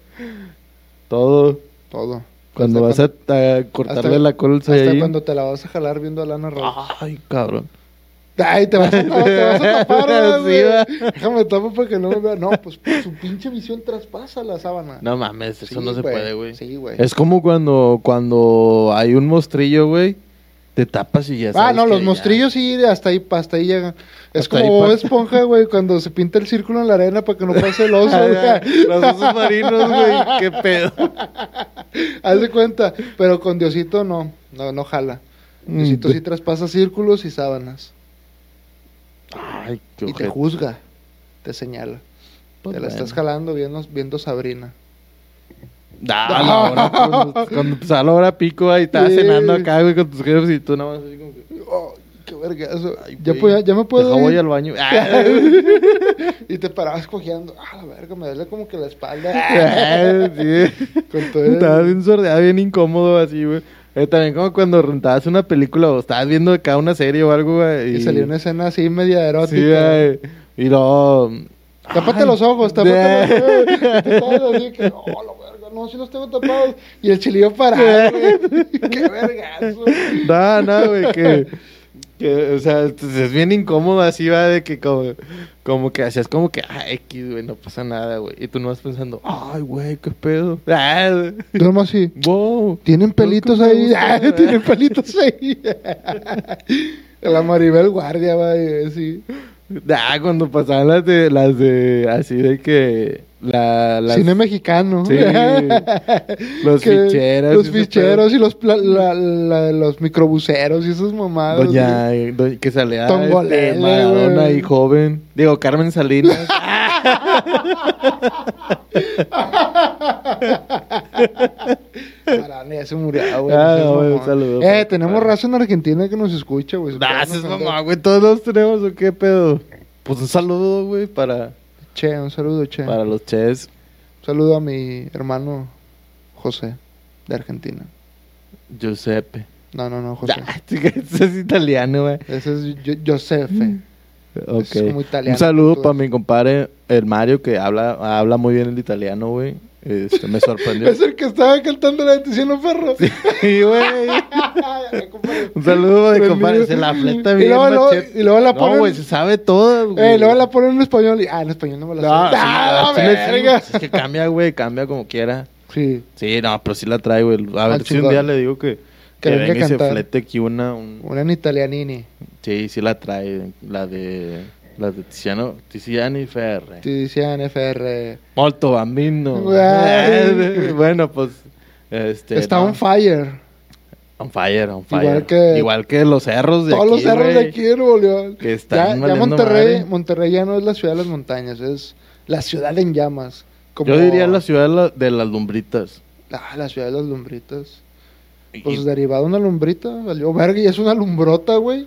todo. Todo. Cuando vas Pues Hasta a a cortarle hasta- la cola al cuando- Hasta Saiyajin. cuando te la vas a jalar viendo a Lana Rosa. Ay, cabrón. Ay, te vas a, tapar, te <laughs> vas a tapar, güey. Sí, va. Déjame tapo para que no me vea. No, pues su pinche visión traspasa la sábana. No mames, eso Ah. Sí, no se puede, güey. Sí, güey. Es como cuando, cuando hay un mostrillo, güey. Te tapas y ya Ah, sabes no, que los ya- <laughs> mostrillos sí, hasta ahí, hasta ahí llegan. Es Hasta ahí como Bob pa- esponja, güey, cuando se pinta el círculo en la arena para que no pase el <laughs> oso, Ay, ay, güey. Los osos marinos, güey. Qué <laughs> pedo. Haz de cuenta, pero con Diosito no, no, no jala. Mm, Diosito sí traspasa círculos y sábanas. Ay, qué Y te ojete. juzga, te señala. Pues te la estás bueno. jalando viendo, viendo Sabrina. Ah, la hora, cuando, cuando empezaba la hora pico, ahí estabas Sí. cenando acá, güey, con tus jefes y tú nada más así como que... Oh, qué vergazo. Ay, ya, güey, puedo- ya me puedo deja, voy ir. al baño. Ah, <laughs> Y te parabas cojeando. Ah, la verga, me duele como que <laughs> la espalda. ah, sí. con todo el- Estaba bien sordeado, bien incómodo así, güey. Eh, también como cuando rentabas una película o estabas viendo acá una serie o algo, güey. Y salió una escena así media Sí, erótica. güey. Y luego... Tápate Ay, los ojos, tápate de- <laughs> los ojos. Y te estabas así que, oh, la verga, no, si los tengo tapados. Y el chilillo parado, güey. <laughs> Qué vergazo. No, no, güey, que, que, o sea, pues, es bien incómodo así, va, de que como, como que hacías como que, ah, X, güey, no pasa nada, güey. Y tú no vas pensando, ay, güey, qué pedo. Ah, güey. Tú nomás así. wow. Tienen pelitos ahí. gusta, <laughs> Ah, ¿verdad? Tienen pelitos ahí. <laughs> La Maribel Guardia va a sí. Ah, cuando pasaban las de, las de, así de que, la, las, Cine mexicano. <laughs> Sí. Los Que- ficheros, Los ese pedo. ficheros y los, pla- la- la- los microbuseros y esas mamadas. doña, doña- que salía Tongolele, este, Maradona güey. y joven, digo, Carmen Salinas. <laughs> Marana ya se murió, güey. Ah, no seas güey, mamón. saludos, Eh, pues, tenemos claro. raza en Argentina que nos escucha, güey. Se Ah, pueden ese es ofender. mamá, güey, todos los tenemos, ¿o qué pedo? Pues un saludo, güey, para... Che, un saludo, che. Para los Ches, Un saludo a mi hermano José, de Argentina. Giuseppe. Ah, No, no, no, José. <laughs> Ya, ese es italiano, güey. Ese es Yo- Josefe. Ok. Es como italiano, Un saludo todo. para mi compadre, el Mario, que habla, habla muy bien el italiano, güey. Este, <laughs> me sorprendió. Es el que estaba cantando la detición los perros. Sí, güey. Un saludo de Pues compadre. mira. Se la fleta Y bien. luego- luego- machete. y luego la No, ponen- güey, se sabe todo, güey. <laughs> Eh, luego la ponen en español y. Ah, en español no me la sé. No, sí, ¡Ah, sí la le decimos. verga! Es que cambia, güey, cambia como quiera. Sí. Sí, no, pero sí la trae, güey. A ver si un Ah, chingón. día le digo que, que, Que venga a venga y se cantar. flete aquí una. un- Una en italianini. Sí, sí la trae. La de. La de Tiziano, Tiziani Ferre. Te decían FR. Molto bambino. <laughs> Güey. bueno, pues. Este, Está no. on fire. On fire, on fire. Igual que- Igual que los cerros de Todos aquí. los cerros de güey. aquí de Nuevo León. Que Ya, están ya valiendo Monterrey, madre. Monterrey ya no es la ciudad de las montañas, es la ciudad en llamas. Como- Yo diría la ciudad de, la- de las lumbritas. Ah, la ciudad de las lumbritas. Y- Pues derivado una lumbrita, valió verga y es una lumbrota, güey.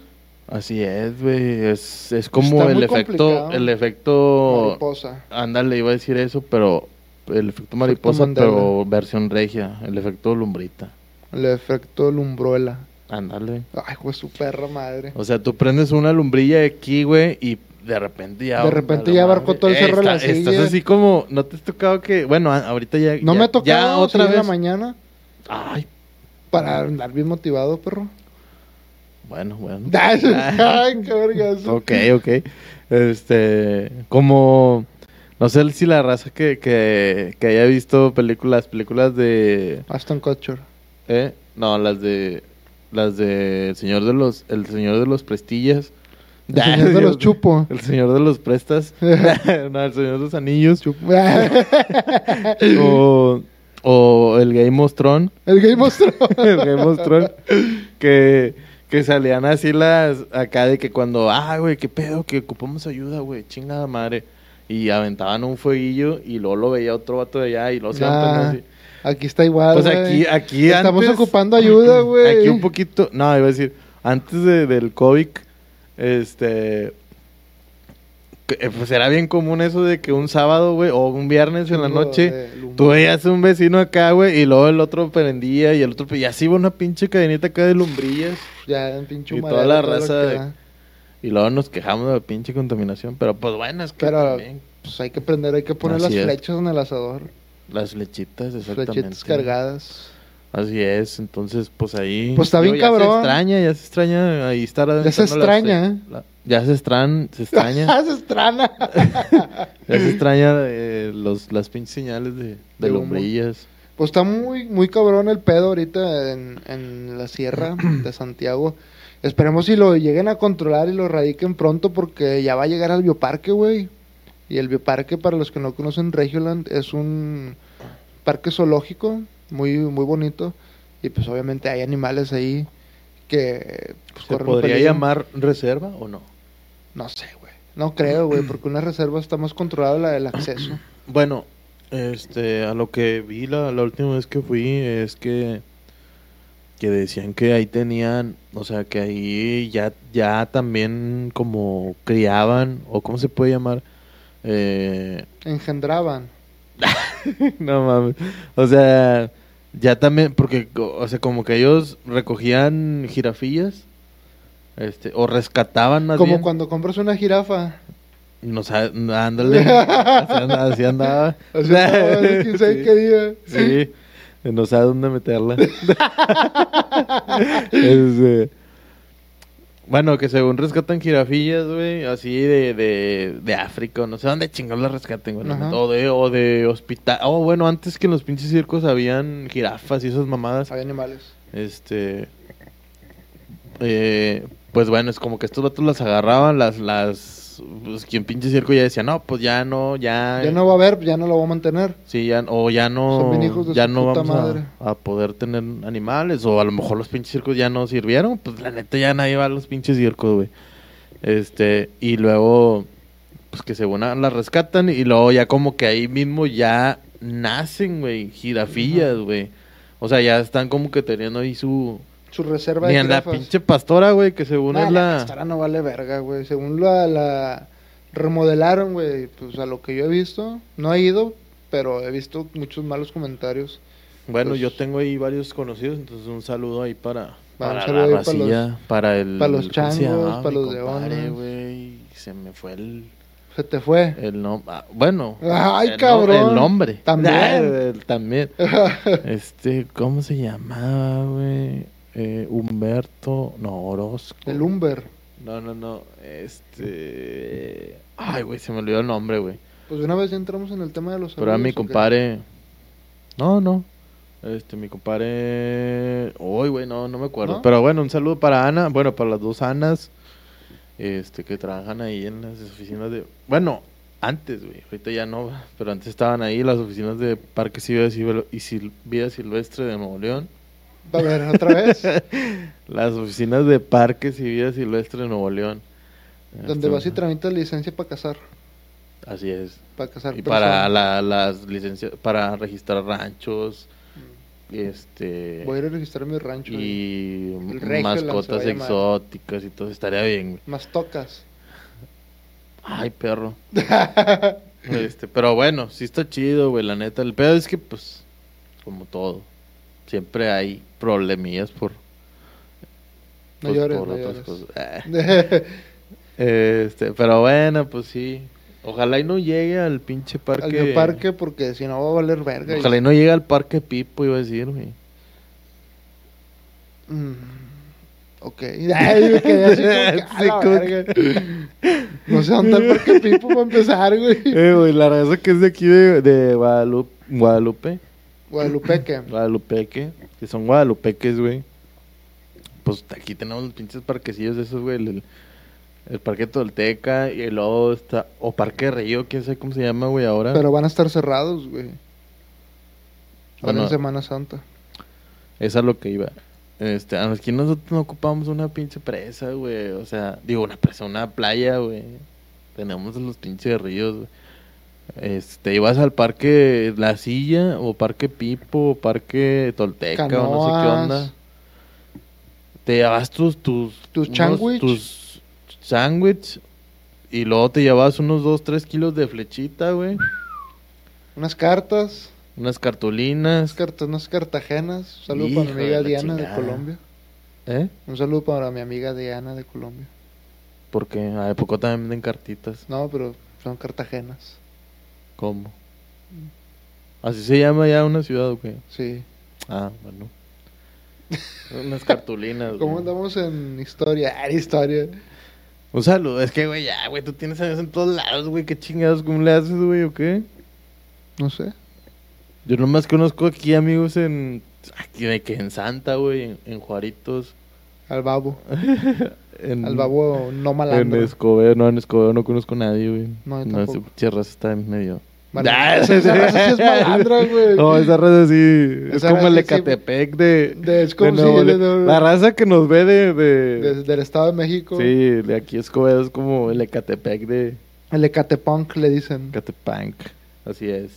Así es, güey. Es, es como Está el muy efecto, complicado. el efecto. Mariposa. Ándale, iba a decir eso, pero el efecto mariposa, Mandela. pero versión regia, el efecto lumbrita. El efecto lumbruela. Ándale. Ay, güey, su perra madre. O sea, tú prendes una lumbrilla aquí, güey, y de repente ya. De repente vale, ya madre. Eh, abarcó todo el cerro de la silla. Estás así como, ¿no te has tocado que? Bueno, a- ahorita ya. No ya- me ha tocado Ya otra salir en vez. la mañana Ay, para andar bien motivado, perro. bueno, <laughs> bueno. Ah, <laughs> Ay, qué vergazo. Mm. Ah. Ok, ok. Este, como, no sé si la raza que, que, que haya visto películas, películas de, Aston Kutcher. ¿eh? No, las de, las de El Señor de los, El Señor de los Prestillas. El señor <laughs> de los chupo. El Señor de los <laughs> Prestas. <laughs> no, El Señor de los Anillos. O, o El Game Mostrón. El Game of Thrones. el <laughs> Game of Thrones, que, que salían así las acá de que cuando, ah, güey, qué pedo, que ocupamos ayuda, güey, chingada madre. Y aventaban un fueguillo y luego lo veía otro vato de allá y luego se Ah, aventaban así. Aquí está igual. Pues aquí, güey. aquí Estamos antes- ocupando ayuda, <clears throat> güey. Aquí un poquito, no, iba a decir, antes de- del COVID, este, que, eh, pues era bien común eso de que un sábado, güey, o un viernes en la Chingo noche... de lumbre. Tú veías un vecino acá, güey, y luego el otro prendía y el otro... Y así iba una pinche cadenita acá de lumbrillas. Ya, un pinche y humadero, toda la todo lo raza que de- da. Y luego nos quejamos de la pinche contaminación. Pero pues bueno, es que Pero- también Pues hay que prender, hay que poner Así las es. flechas en el asador. las flechitas, exactamente. Flechitas cargadas. Así es, entonces pues ahí... Pues está bien Digo, ya cabrón. se extraña, ya se extraña ahí estar... Ya aventando se las- extraña, ¿eh? la- ya se, estran, se <laughs> extraña, Se estrana. ya se extraña eh, los, las pinches señales de, de, De humo. lumbrillas. Pues está muy, muy cabrón el pedo ahorita en, en la sierra de Santiago. Esperemos si lo lleguen a controlar y lo radiquen pronto porque ya va a llegar al bioparque, güey. Y el bioparque, para los que no conocen Regioland, es un parque zoológico muy, muy bonito. Y pues obviamente hay animales ahí que... pues, ¿Se corren podría peligro. llamar reserva o no? No sé, güey. No <clears throat> creo, güey, porque una reserva está más controlada la del acceso. Bueno, este, a lo que vi la, la última vez que fui es que que decían que ahí tenían, o sea, que ahí ya ya también como criaban o cómo se puede llamar eh, <laughs> Engendraban. no mames. O sea, ya también porque co- o sea, como que ellos recogían jirafillas este o rescataban más Como bien. cuando compras una <laughs> jirafa. no sa- ándale. <laughs> así andaba. Así andaba. O sea, quién <laughs> sabe Sí. qué día. Sí, no sabe dónde meterla. <laughs> Este, bueno, que según rescatan jirafillas, güey, así de, de, de África, o no sé dónde chingados las rescaten, güey. la Ajá. neta, O de, o de hospital. Oh, bueno, antes que en los pinches circos habían jirafas y esas mamadas. Hay animales. Este. eh, pues bueno, es como que estos vatos las agarraban, las. las pues quien pinche circo ya decía, no, pues ya no, ya. Ya no va a haber, ya no lo voy a mantener. Sí, ya, o ya Son no, bien hijos de ya su no puta vamos a- madre. a, poder tener animales, o a lo mejor los pinches circos ya no sirvieron, pues la neta ya nadie va a los pinches circos, güey. Este, y luego, pues que según a- las rescatan, y luego ya como que ahí mismo ya nacen, güey, jirafillas, güey. O sea, ya están como que teniendo ahí su... Su reserva Ni de en la jirafas. pinche pastora, güey, que según Nah, es la la... pastora no vale verga, güey. Según la, la remodelaron, güey, pues a lo que yo he visto, no he ido, pero he visto muchos malos comentarios. Bueno, pues- yo tengo ahí varios conocidos, entonces un saludo ahí para, Va, un para saludo la ahí para los- racilla, para el... para los ¿cómo se changos, llamaba para mi los compadre, leones. güey? se me fue el, Se te fue. el nombre. bueno. Ay, Eh, el no- cabrón. El nombre. También. Ah, <laughs> el- <laughs> también. Este, ¿cómo se llamaba, güey? Eh, Humberto, no, Orozco. El Umber. No, no, no. Este. Ay, güey, se me olvidó el nombre, güey. Pues de una vez ya entramos en el tema de los Pero a mi amigos, ¿o qué? compadre. No, no. Este, mi compadre. Uy, güey, no, no me acuerdo. ¿No? Pero bueno, un saludo para Ana. Bueno, para las dos Anas. Este, que trabajan ahí en las oficinas de. Bueno, antes, güey. Ahorita ya no. Pero antes estaban ahí las oficinas de Parque Ciudad y Sil- Vida Silvestre de Nuevo León. A ver, <laughs> otra vez. Las oficinas de Parques y Vida Silvestre de Nuevo León. donde vas y tramitas licencia para cazar. Así es. Para cazar. Y para personas. la- las licencias, para registrar ranchos, este, Mm. Voy a ir a registrar mi rancho. Y... y El regio la- mascotas se va a llamar. exóticas y todo, estaría bien. güey. Más <laughs> tocas. Ay, <laughs> perro. este, pero bueno, sí está chido, güey, la neta. El pedo es que, pues, como todo, siempre hay problemillas por... No pues, llores, por no otras llores. <laughs> cosas. Eh, este, pero bueno, pues sí. Ojalá y no llegue al pinche parque. Al bioparque, porque si no va a valer verga. y- Ojalá y no llegue al parque Pipo, iba a decir, <laughs> güey. Mm, Ok. <laughs> Ay, me quedé así como que, Sí, "A la como verga". <laughs> No sé dónde el parque Pipo va a empezar, güey. <laughs> Eh, güey, la raza que es de aquí de, de Guadalupe, Guadalupe, Guadalupeque. Guadalupeque, que son guadalupeques, güey. Pues aquí tenemos los pinches parquecillos de esos, güey. El, el- el parque Tolteca y el luego está, o Parque Río, quién sabe cómo se llama, güey, ahora. Pero van a estar cerrados, güey. Ahora Bueno. en Semana Santa. Esa es lo que iba. Este, a aquí nosotros no ocupamos una pinche presa, güey. O sea, digo, una presa, una playa, güey. Tenemos los pinches ríos, güey. Este, ibas al parque La Silla, o parque Pipo, o parque Tolteca, o no sé qué Canoas. onda. Te llevas tus... Tus, Tus unos- sándwich. Tus sándwich. Y luego te llevas unos 2, 3 kilos de flechita, güey. Unas cartas. Unas Unas cartulinas. cartas, unas cartagenas. Un saludo para Hijo mi de amiga la Diana chingada. de Colombia. ¿Eh? Un saludo para mi amiga Diana de Colombia. Porque a poco también venden cartitas. No, pero son cartagenas. ¿Cómo? Así se llama ya una ciudad, ¿o qué? Sí. Ah, <laughs> bueno. Unas cartulinas. güey. ¿Cómo andamos en historia? Ah, historia. Un saludo. Es que, güey, ya, güey, tú tienes amigos en todos lados, güey. ¿Qué chingados? ¿Cómo le haces, güey, o qué? No sé. Yo nomás conozco aquí amigos en... Aquí de que en Santa, güey, en, en Juaritos. Al babo. En, Al babo no En malandro. Escobedo, no, en Escobedo no conozco a nadie, güey. No, yo no, esa tampoco. pinche raza está en medio. Vale, Ah, esa raza <laughs> sí es malandra, <laughs> güey. No, esa raza sí. Esa es como el raza sí- Ecatepec de. de- es como de si- Nuevo de- León. de- La raza que nos ve de. de- Desde el Estado de México. sí, de aquí Escobedo es como el Ecatepec de El Ecatepunk le dicen. Ecatepanc. Así es.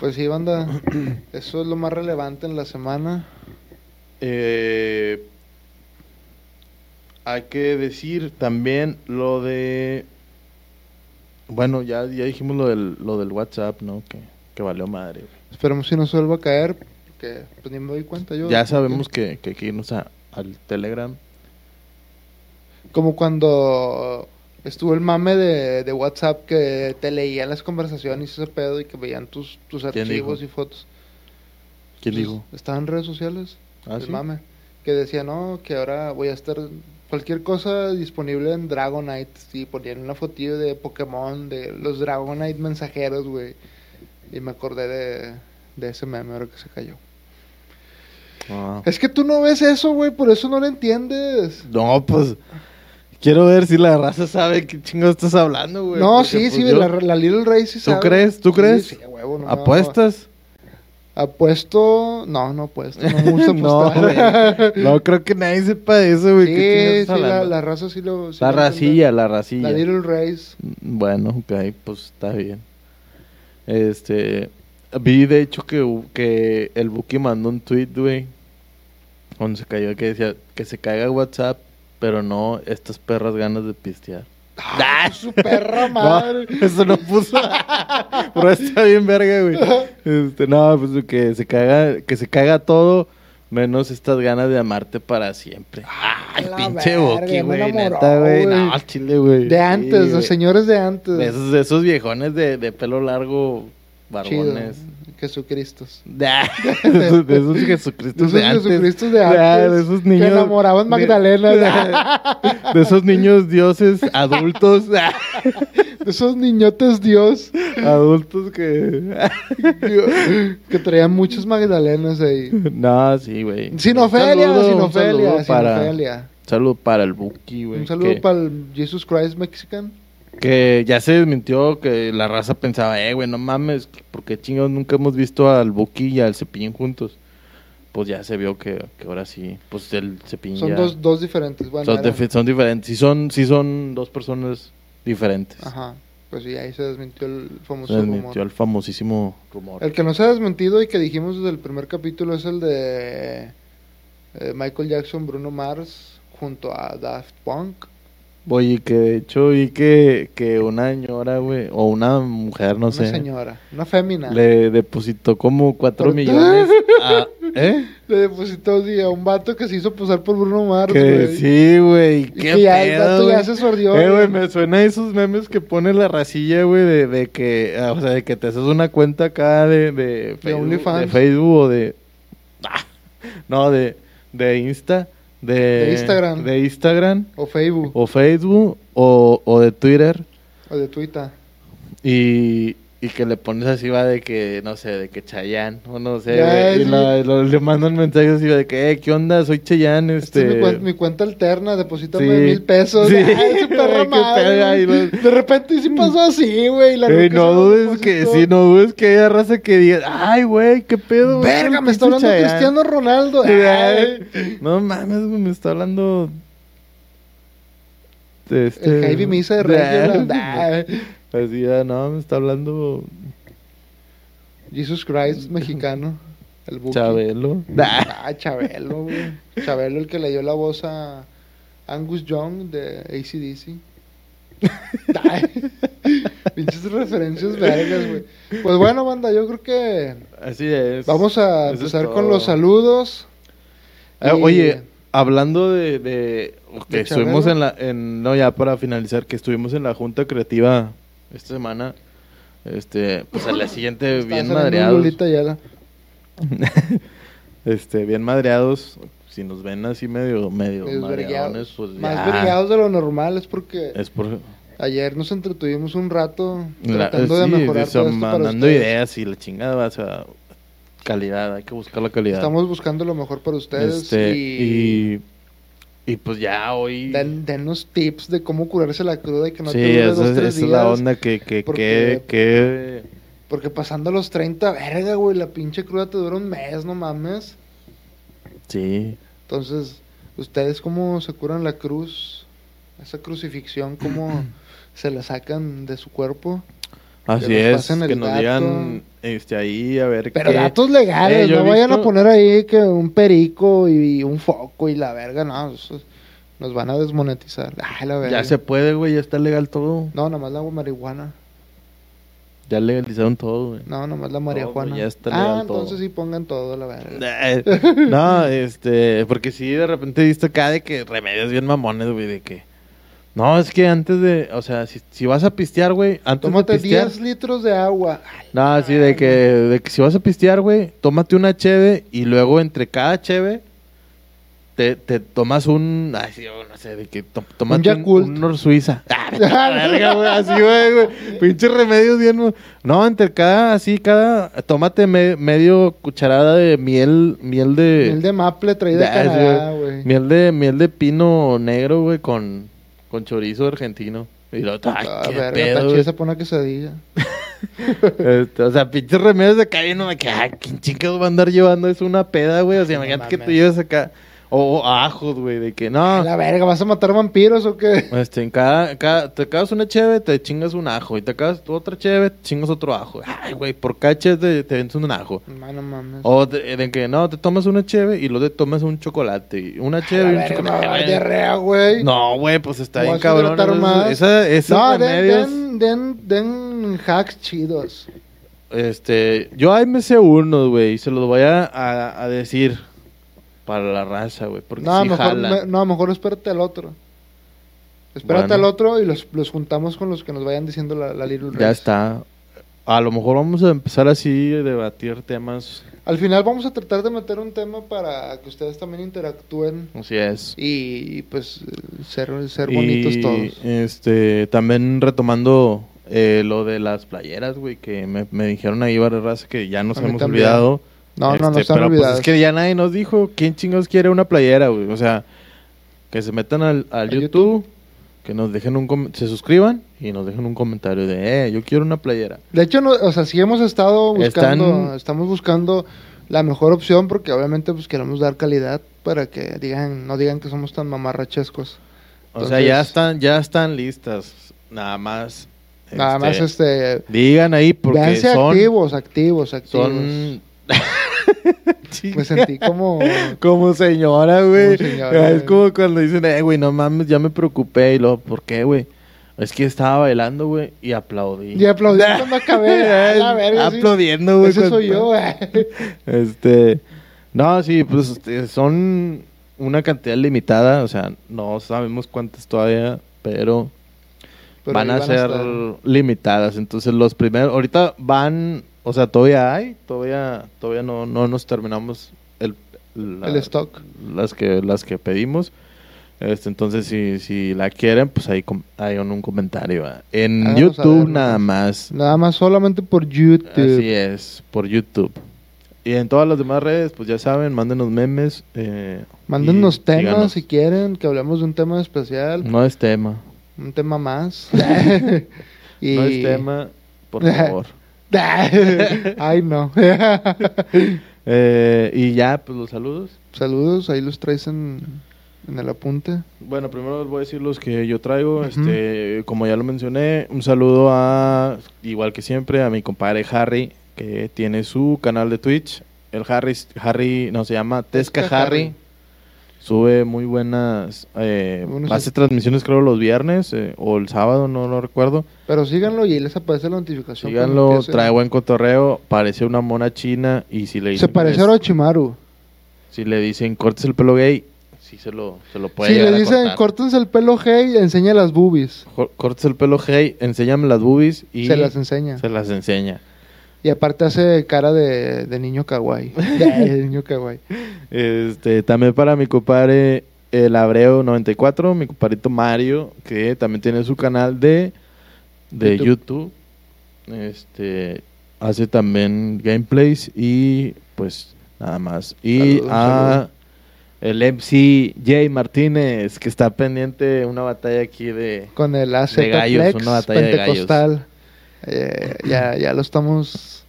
Pues sí, banda. <coughs> Eso es lo más relevante en la semana. Eh, hay que decir también lo de. Bueno, ya, ya dijimos lo del, lo del WhatsApp, ¿no? Que, que valió madre. güey. Esperemos si no se vuelva a caer. Porque pues, ni me doy cuenta yo. Ya sabemos que, que hay que irnos a- al Telegram. Como cuando estuvo el mame de, de WhatsApp que te leían las conversaciones y ese pedo y que veían tus, tus ¿Quién archivos dijo? y fotos. ¿Quién dijo? Estaba en redes sociales. Ah, Pues, el ¿sí? mame. Que decía, no, que ahora voy a estar cualquier cosa disponible en Dragonite. Y ponían una fotillo de Pokémon, de los Dragonite mensajeros, güey. Y me acordé de, de ese meme ahora que se cayó. Ah. Es que tú no ves eso, güey, por eso no lo entiendes. No, pues. Quiero ver si la raza sabe qué chingo estás hablando, güey. no, porque, sí, pues, sí, yo- la, la Little Ray sí sabe. crees? ¿Tú Sí, crees? sí, a huevo, no me va a- ¿Apuestas? Apuesto. No, no apuesto. No <laughs> me gusta No, apostar. güey. No, creo que nadie sepa eso, güey. sí, ¿Qué sí, chingo estás la, hablando? la raza sí lo. sí La lo entiende. racilla, la racilla. La Little <laughs> Race. Bueno, ok, pues está bien. Este. Vi de hecho que, que el Buki mandó un tweet, güey. Cuando se cayó, que decía que se caiga WhatsApp, pero no estas perras ganas de <laughs> pistear. ¡Ah! ¡Su perra No, madre! Ah, <laughs> eso no puso. Pero está bien verga, güey. Este, no, pues que se caga, que se caga todo Menos estas ganas de amarte para siempre. Ay, la pinche verga, boqui, me güey. enamoró, Neta, güey. güey. No, al chile, güey. De antes, Sí, los güey. señores de antes. De esos, de esos viejones de, de pelo largo, Chido. barbones. Jesucristo. <laughs> Da- De esos, <laughs> de esos Jesucristos De esos de antes. Jesucristos de Da, antes. de esos que niños. enamoraban de- Magdalena. da, <laughs> De esos niños dioses <laughs> adultos. <laughs> da, <laughs> De esos niñotes Dios Adultos que. <laughs> que traían muchos Magdalenas ahí. No, sí, güey. Sin Un Ofelia, saludo, sin un Ofelia, saludo sin para, Ofelia. un saludo para el Buki, güey. Un saludo que- para el Jesus Christ Mexican. Que ya se desmintió que la raza pensaba, eh, güey, no mames, porque chingados nunca hemos visto al Buki y al Cepillín juntos. Pues ya se vio que, que ahora sí, pues el Cepillín Son ya- dos, dos diferentes. Bueno, son, eran. dife- son diferentes. Sí son, sí son dos personas diferentes. Ajá. Pues sí, ahí se desmintió el famoso Se desmintió rumor. el famosísimo rumor. El que no se ha desmentido y que dijimos desde el primer capítulo es el de eh, Michael Jackson, Bruno Mars junto a Daft Punk. Oye, que de hecho vi que, que una señora, güey, o una mujer, no una sé, señora, una fémina. Le, le depositó como cuatro Por- <laughs> millones a... ¿Eh? depositó sí, a un vato que se hizo pasar por Bruno Mars. Que güey. sí, güey. Y Qué que ya el pedo, vato ya güey. se sordió. Eh, güey, me suena a esos memes que pone la racilla, güey, de, de que, ah, o sea, de que te haces una cuenta acá de, de Facebook, OnlyFans. de Facebook o de, ah, no, de, de Insta, de, De Instagram. de Instagram O Facebook, o Facebook o, o de Twitter o de Twitter. y, y que le pones así va de que, no sé, de que Chayanne o no sé, Ya, güey, y sí. la- lo- le mandan mensajes así va de que, eh, ¿qué onda? Soy Chayanne, Esta este... es mi, cuen- mi cuenta alterna, deposítame Sí. mil pesos. Sí. <laughs> Ay, ese perro <laughs> Ay, qué pedo, ay, madre. los- De repente sí pasó así, güey. la Ey, neta no se lo dudes que, depositó. sí, no dudes que haya raza que diga, ay, güey, qué pedo. güey, Verga, el me está pinche hablando Chayanne". Cristiano Ronaldo. Sí, Ay. <laughs> ay, No mames, güey, me está hablando. El Este, Jaime Misa de Ay, <laughs> Reyes. la- Así, ya, no, me está hablando Jesus Christ mexicano. El Buki. Chabelo. Ah, Chabelo, güey. Chabelo, el que le dio la voz a Angus Young de ACDC. Ay, Pinches referencias vergas, güey. Pues bueno, banda, yo creo que Así es. vamos a Eso es empezar todo. con los saludos. Eh, Y- Oye, hablando de, de- que ¿De estuvimos Chabelo? en la, en, no ya para finalizar, que estuvimos en la junta creativa esta semana, este, pues a la siguiente Está bien saliendo madreados, Lolita Ayala. este, bien madreados, si nos ven así medio, medio Medios madreadones, vergueados. pues Más ya, vergueados de lo normal es porque es por, ayer nos entretuvimos un rato la, eh, tratando de sí, mejorar eso, todo esto para mandando ustedes. ideas y la chingada, o sea, calidad, hay que buscar la calidad, Estamos buscando lo mejor para ustedes este, y, y, y pues ya hoy, den- denos tips de cómo curarse la cruda y que no sí, te dure esa dos, es, tres esa es la días. onda que, que, porque- que, que- Porque pasando los 30, verga, güey, la pinche cruda te dura un mes, no mames. sí, Entonces, ¿ustedes cómo se curan la cruz? Esa <clears throat> crucifixión, ¿cómo se la sacan de su cuerpo? así nos es, pasen el que nos dato. digan, este, ahí, a ver Pero qué- datos legales, Eh, yo no he vayan a visto- poner ahí que un perico y un foco y la verga, no, eso- nos van a desmonetizar. Ay, la verga. Ya se puede, güey, ya está legal todo. No, nomás la marihuana. Ya legalizaron todo, güey. No, nomás la marihuana. pues ya está ah, legal todo. entonces sí pongan todo, la verga. Eh, <laughs> No, este, porque sí, de repente he visto acá de que remedios bien mamones, güey, de que... No, es que antes de, o sea, si, si vas a pistear, güey, antes Tómate de pistear... 10 litros de agua. Ay, No, sí, de que, de que si vas a pistear, güey, tómate una cheve y luego entre cada cheve te, te tomas un... Ay, sí, no sé, de que to- tómate un, Yakult. un Nor <laughs> Suiza. Ah, vete <laughs> a la verga, güey, así, güey, güey. Pinche remedios bien... mo- No, entre cada, así, cada... Tómate me- medio cucharada de miel, miel de... Miel de maple traída de Ah, sí, Canadá, güey. Miel de, miel de pino negro, güey, con, con chorizo argentino. Y lo, ay, Ah, qué verga, pedo, tan chida güey. se pone quesadilla. Este, o sea, pinches remedios de acá y no me queda, ah, ¿quién chingados va a andar llevando eso una peda, güey? O sea, No imagínate que te mames. lleves acá. O o ajos, güey, de que no. La verga, ¿vas a matar vampiros <laughs> o qué? Este, en cada, cada- te acabas una cheve, te chingas un ajo. Y te acabas tu otra cheve, te chingas otro ajo. Ay, güey, por cada cheve te, te vendes un ajo. No, no mames. O de, de que no, te tomas una cheve y luego te tomas un chocolate. y Una La cheve y un verga, me va a dar chocolate. diarrea, güey. No, güey, pues está Me bien vas a hidratar cabrón. esos- más. Esa, esos No, den, remedios. den, den, den hacks chidos. Este, yo ahí me sé unos, güey, y se los voy a, a- a decir. para la raza, güey. Porque No, sí mejor, jalan. me- no, mejor espérate al otro. Espérate Bueno. al otro y los, los juntamos con los que nos vayan diciendo la, la Little Ya Rex. está. A lo mejor vamos a empezar así a debatir temas. Al final vamos a tratar de meter un tema para que ustedes también interactúen Así es. y pues ser, ser Y, bonitos todos. Este, también retomando eh, lo de las playeras, güey, que me, me dijeron ahí varias razas que ya nos A mí hemos también. olvidado. No, no, no Este, están pero olvidados. Pues es que ya nadie nos dijo quién chingados quiere una playera, güey. O sea, que se metan al, al A YouTube, que nos dejen un com- se suscriban y nos dejen un comentario de, eh, yo quiero una playera. De hecho, no, o sea, sí hemos estado buscando, Están- estamos buscando la mejor opción porque obviamente pues queremos dar calidad para que digan, no digan que somos tan mamarrachescos. O sea, ya Entonces- están, ya están listas. Nada más. Nada más este, este, Digan ahí porque véanse son. activos, activos, activos. son... <laughs> Pues, eh, Me sentí como Como señora, güey. Como señora, es güey. como cuando dicen, eh, güey, no mames, ya me preocupé. Y luego, ¿por qué, güey? Es que estaba bailando, güey, y aplaudí. <laughs> y aplaudí cuando acabé. <laughs> a la verga, sí. Aplaudiendo, güey. Ese cuando- soy yo. güey. Este. No, sí, pues este, son una cantidad limitada. O sea, no sabemos cuántas todavía, pero <laughs> Pero van, ahí a ser estar. limitadas. Entonces los primeros, ahorita van, o sea, todavía hay, todavía, todavía no, no nos terminamos el, la- El stock. las que, las que pedimos. Este, entonces, si, si la quieren, pues ahí com- hay un, un comentario. ¿verdad? En Háganos YouTube saber, nada ¿no? más. Nada más solamente por YouTube. Así es, por YouTube. Y en todas las demás redes, pues ya saben, mándenos memes. Eh, Mándennos y temas síganos. si quieren, que hablemos de un tema especial, No es tema. un tema <laughs> más. <laughs> y... No es tema, por favor. <laughs> Ay, no. <laughs> Eh, y ya, pues los saludos. Saludos, ahí los traes en, en el apunte. Bueno, primero les voy a decir los que yo traigo. Ujú. Este, como ya lo mencioné, un saludo a, igual que siempre, a mi compadre Harry, que tiene su canal de Twitch. El Harry, Harry no se llama Tesca Tesca Harry. Harry. Sube muy buenas. eh, Buenos hace es- transmisiones, creo, los viernes eh, o el sábado, no lo recuerdo. Pero síganlo y ahí les aparece la notificación. cuando Síganlo, empiece. trae buen cotorreo. Parece una mona china. Y si le dicen, Se parece que a es- Orochimaru. si le dicen cortes el pelo gay, sí se lo, se lo puede Si llegar le a dicen, cortar. córtense el pelo, hey, enseña las boobies. Cor- Cortes el pelo, hey, enséñame las boobies y Se las enseña. se las enseña. Y aparte hace cara de, de niño <laughs> kawaii. <laughs> De niño kawaii. Este, también para mi compadre el Abreu 94, mi compadrito Mario, que también tiene su canal de, de YouTube. Este, hace también gameplays y pues nada más. Y Saludos, a el MC Jay Martínez, que está pendiente una batalla aquí de... Con el AZ De gallos, Flex una batalla de gallos. pentecostal. Eh, ya, ya lo estamos...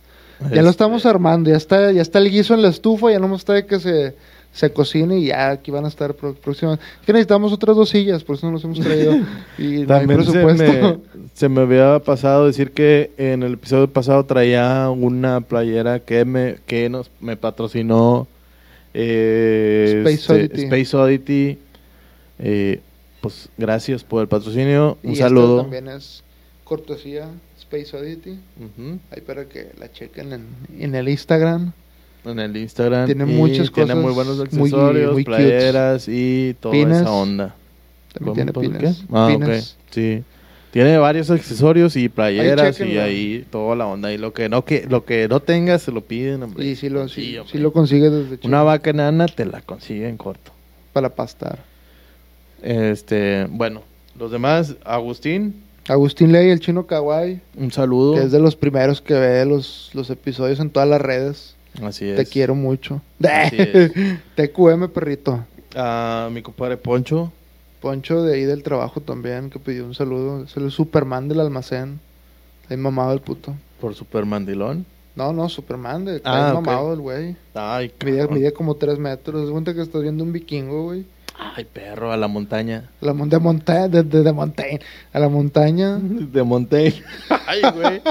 Ya lo estamos Este, armando, ya está, ya está el guiso en la estufa, ya no más trae que se, se cocine y ya aquí van a estar pro- próximas. Es que necesitamos otras dos sillas, por eso no los <laughs> hemos traído. Y no hay También se me, <laughs> presupuesto. se me había pasado decir que en el episodio pasado traía una playera que me, que nos, me patrocinó eh, Space este, Oddity. Space Oddity. Eh, pues gracias por el patrocinio. Y Un esta saludo. también es cortesía Space Oddity. Ujú. Ahí para que la chequen en, en el Instagram. En el Instagram. Tiene Y muchas Tiene cosas muy buenos muy- accesorios, muy cutes. playeras y toda Pines. esa onda. También tiene ¿Por pines. qué? Ah, ok. Pines. Sí. Tiene varios accesorios y playeras y chéquenlo. ahí toda la onda. Y lo que no, que, lo que no tengas se lo piden, hombre. Y si lo, si, Sí, si hombre. lo consigues desde chico Una vaca enana te la consigue en corto. para pastar. Este, bueno, los demás, Agustín, Agustín Ley, el chino kawaii, un saludo. que es de los primeros que ve los, los episodios en todas las redes. Así es. Te quiero mucho. <laughs> Así <laughs> es. TQM, perrito. A mi compadre Poncho, Poncho de ahí del trabajo también, que pidió un saludo. Es el Superman del almacén. Ahí mamado el puto. por super mandilón. No, no, Superman. De, Ah, ok. ahí mamado el güey. Ay, Mide, cabrón. mide como 3 metros. Haz cuenta que estás viendo un vikingo, güey. Ay, perro, a la <laughs> montaña. La mon- de montaña, de, de- de montaña. A la <laughs> montaña. De Monte. <laughs> Ay, güey.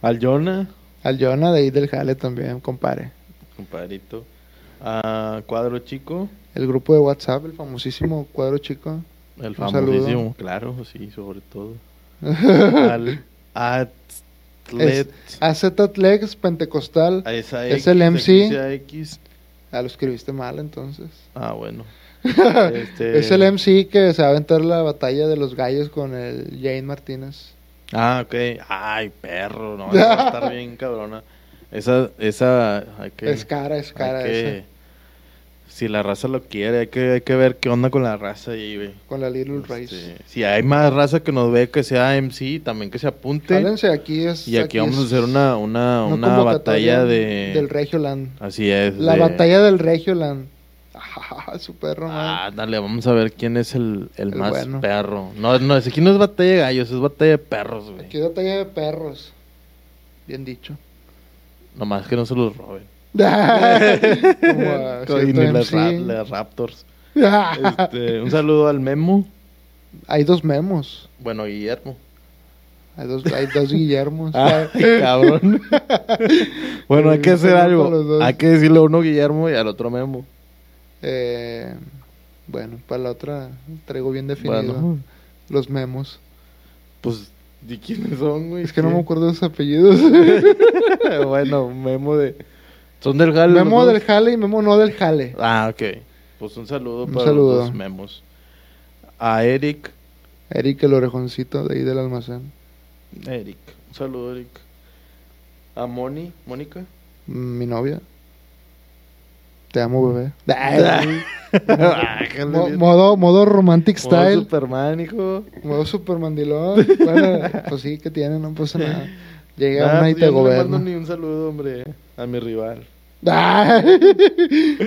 Al Jonah. Al Jonah de ahí del Jale también, compare. Compadrito. A Cuadro Chico. El grupo de WhatsApp, el famosísimo cuadro chico. El Un famosísimo, saludo. claro, sí, sobre <laughs> todo. Al Atlet. AZ Atlex Pentecostal. a esa es X, el a MC. esa X, Ah, lo escribiste mal entonces. Ah, <laughs> bueno. Este- Es el MC que se va a aventar la batalla de los gallos con el Jane Martínez. Ah, ok. Ay, perro, no, esa va a estar bien cabrona. Esa, esa, hay que... Es cara, es cara hay que- esa. Si la raza lo quiere, hay que, hay que ver qué onda con la raza ahí, güey. Con la Little Race. Este, si hay más raza que nos ve que sea MC, también que se apunte. Háblense, aquí es... Y aquí vamos a es hacer una, una, una una convocatoria batalla de... Del Regioland. Así es. La de- batalla del Regioland. <laughs> Ah, su perro, man. Ah, dale, vamos a ver quién es el, el El más bueno. perro. No, no, es- aquí no es batalla de gallos, es batalla de perros, güey. Aquí es batalla de perros. <laughs> Bien dicho. Nomás que no se los roben. <laughs> Como <laughs> a Co- y cierto ni las MC. ra- las Raptors. Este, un saludo al Memo. <laughs> Hay dos memos. Bueno, <laughs> Guillermo. Hay dos, hay <laughs> dos Guillermos. Ay, <laughs> cabrón. bueno, hay que hacer Saludo para los algo. dos. Hay que decirle a uno Guillermo y al otro Memo. Eh, bueno, para la otra traigo bien definido Bueno, los memos. pues, ¿de quiénes son, güey? Es que no me acuerdo de <laughs> sus apellidos. <laughs> acuerdo. bueno, Memo de. Son del Galo. memo del jale y memo no del jale. Ah, ok. Pues un saludo Un para saludo. los dos Memos. A Eric. Eric el orejoncito de ahí del almacén. Eric. Un saludo, Eric. A Moni. Mónica. Mm, Mi novia. Te <laughs> amo, bebé. Bájale, Mo- bien. modo, modo romantic Modo style. Superman, hijo. Modo super <laughs> mandilón. Bueno, pues sí, que tiene, no pasa nada. Llega Nah, una y pues yo te no le mando gobierna. ni un saludo, hombre, a mi rival. <laughs> Ah,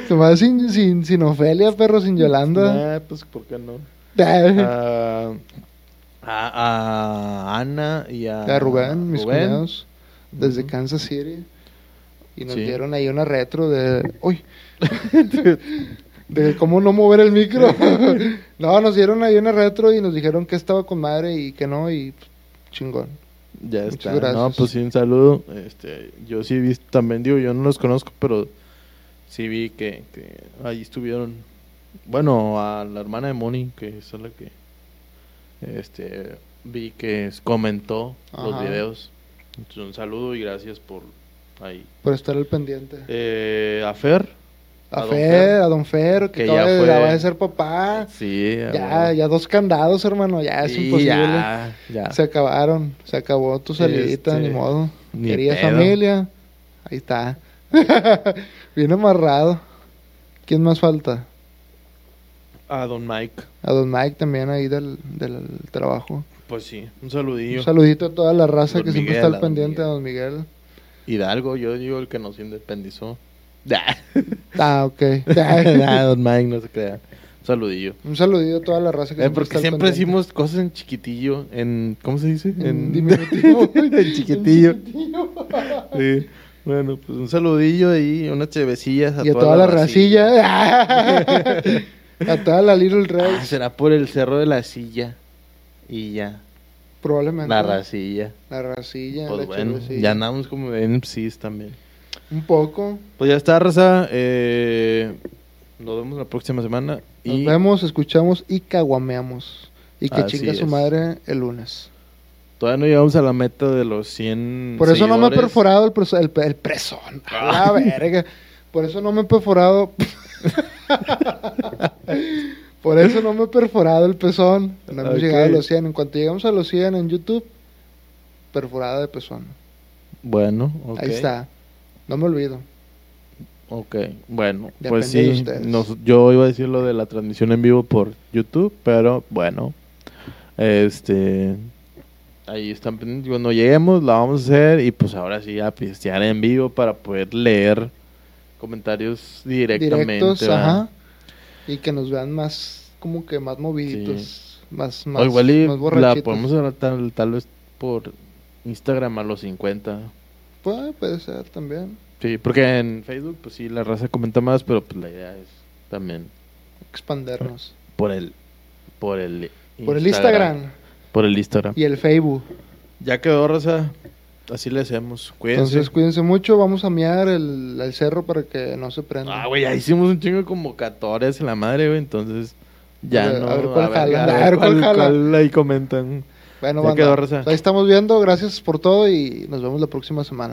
Se va sin, sin, sin Ofelia, perro, sin Yolanda. Nah, pues, ¿por qué <laughs> no? Ah, A, a- a Ana y a, a Rubén, mis Ah, Rubén. cuñados, desde Ujú. Kansas City. Y nos Sí. dieron ahí una retro de. <laughs> Uy. de cómo no mover <laughs> el micro. no, nos dieron ahí una retro y nos dijeron que estaba con madre y que no, y pues, chingón. Ya Muchas está. gracias. No, pues sí, un saludo. Este, yo sí vi, también digo, yo no los conozco, pero sí vi que, que ahí estuvieron. Bueno, a la hermana de Moni, que es la que este vi que es- comentó los Ajá. videos. Entonces, un saludo y gracias por ahí. Por estar al pendiente. Eh, a Fer. a A, don Fer, Fer. a Don Fer, Que que, acaba ya de, fue- acaba de ser papá. Sí, a Ya, huevo. ya dos candados, hermano, ya es Sí, imposible. Ya, ya. Se acabaron, se acabó tu salidita, Este, ni modo. ni Querías pedo. familia, ahí está. <laughs> Bien amarrado. ¿Quién más falta? A don Mike. A don Mike también ahí del, del trabajo. Pues sí, un saludillo. Un saludito a toda la raza Don que siempre Miguel, a está al don pendiente, a Miguel. don Miguel. Hidalgo, yo digo el que nos independizó. Ah, ok. <laughs> <laughs> Nah, don Mike, no se crea. Un saludillo. Un saludito a toda la raza que Eh, siempre porque está al siempre pendiente. decimos cosas en chiquitillo, en... ¿Cómo se dice? En diminutivo. <laughs> en chiquitillo. En chiquitillo. Sí. Bueno, pues un saludillo ahí, unas chevecillas a Y a toda, la racilla. racilla. <laughs> <laughs> a toda la Little Ah, Race. será por el cerro de la silla. Y ya. probablemente. La racilla. La racilla. Pues la bueno, chevecilla. ya andamos como MCs también. Un poco. Pues ya está, raza. eh, nos vemos la próxima semana. Nos Y vemos, escuchamos y caguameamos. Y que Así chinga su es. madre el lunes. todavía no llegamos a la meta de los 100 Por eso no me he seguidores. perforado el, preso- el, pe- el presón. Ah. A La verga. Por eso no me <laughs> he perforado. Por eso no me he perforado el pezón. No hemos Ok. llegado a los 100. En cuanto llegamos a los 100 en YouTube, perforada de pezón. Bueno, ok. Ahí está. No me olvido. Ok, bueno, Depende pues de sí, ustedes. nos- yo iba a decir lo de la transmisión en vivo por YouTube, pero bueno, este, ahí están pendientes, cuando lleguemos la vamos a hacer y pues ahora sí a pistear en vivo para poder leer comentarios directamente. Directos, ¿verdad? ajá. Y que nos vean más, como que más moviditos. Más, O más, igual y más la borrachitos. podemos hablar tal, tal vez por Instagram a los 50. Puede, puede ser también. Sí, porque en Facebook pues sí, la raza comenta más, pero pues la idea es también Expandernos. por el por el Por el Instagram por el Instagram y el Facebook. ya quedó raza así le hacemos cuídense Entonces cuídense mucho, vamos a miar el, el cerro para que no se prenda. ah güey ya hicimos un chingo de convocatorias en la madre güey entonces ya A ver, no a ver cuál jala, a ver cuál jala. ahí comentan bueno, ya banda, quedó, raza. ahí estamos viendo, gracias por todo y nos vemos la próxima semana.